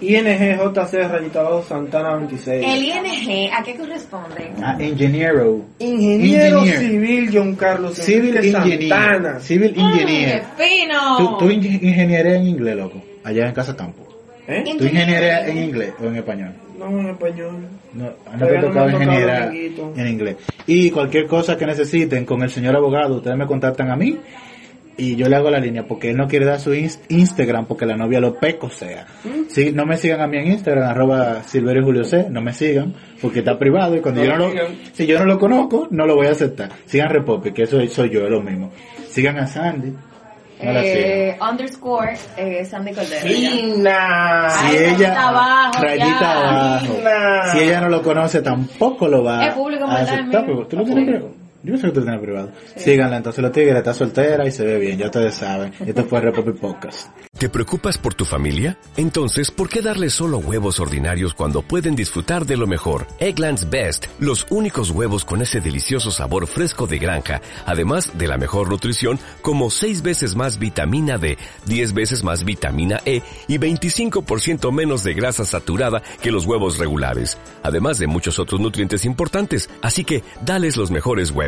Speaker 7: INGJC Rayita Bajo Santana 26.
Speaker 6: El ING, ¿a qué corresponde?
Speaker 3: Ah, ingeniero.
Speaker 7: Ingeniero
Speaker 3: Engineer.
Speaker 7: civil John Carlos
Speaker 3: Civil
Speaker 7: Enrique
Speaker 3: engineer.
Speaker 7: Santana.
Speaker 3: Civil engineer.
Speaker 6: Mm, ¡Qué fino!
Speaker 3: Tú, tú inge- ingeniería en inglés, loco. Allá en casa tampoco.
Speaker 7: ¿Eh?
Speaker 3: ¿Tú ingeniería en inglés o en español?
Speaker 7: No, en español.
Speaker 3: No, a mí me
Speaker 7: Todavía no me
Speaker 3: tocaba
Speaker 7: han tocado,
Speaker 3: ingeniera
Speaker 7: amiguito.
Speaker 3: en inglés. Y cualquier cosa que necesiten con el señor abogado, ustedes me contactan a mí y yo le hago la línea porque él no quiere dar su ins- Instagram porque la novia lo peco sea.
Speaker 7: Mm.
Speaker 3: Sí, no me sigan a mí en Instagram, arroba Silverio Julio C, no me sigan porque está privado y cuando
Speaker 7: No
Speaker 3: yo no
Speaker 7: lo
Speaker 3: lo,
Speaker 7: sigan.
Speaker 3: si yo no lo conozco, no lo voy a aceptar. Sigan Repopi, que eso soy yo, es lo mismo. Sigan a Sandy. No la sigan.
Speaker 6: Eh, underscore eh, Sandy Cordero. ya.
Speaker 5: Fina.
Speaker 3: Si
Speaker 6: Ay,
Speaker 3: ella,
Speaker 6: rayita abajo,
Speaker 3: rayita
Speaker 6: ya.
Speaker 3: abajo. Si ella no lo conoce, tampoco lo va
Speaker 6: Es público,
Speaker 3: a
Speaker 6: ¿verdad,
Speaker 3: aceptar.
Speaker 6: amigo?
Speaker 3: porque ¿Tú lo tienes privado? Yo sé que tú lo tienes privado. Síganla, entonces la tigre está soltera y se ve bien, ya ustedes saben. Esto fue Repopi Podcast.
Speaker 12: ¿Te preocupas por tu familia? Entonces, ¿por qué darles solo huevos ordinarios cuando pueden disfrutar de lo mejor? Eggland's Best, los únicos huevos con ese delicioso sabor fresco de granja, además de la mejor nutrición, como 6 veces más vitamina D, 10 veces más vitamina E y 25% menos de grasa saturada que los huevos regulares, además de muchos otros nutrientes importantes. Así que, dales los mejores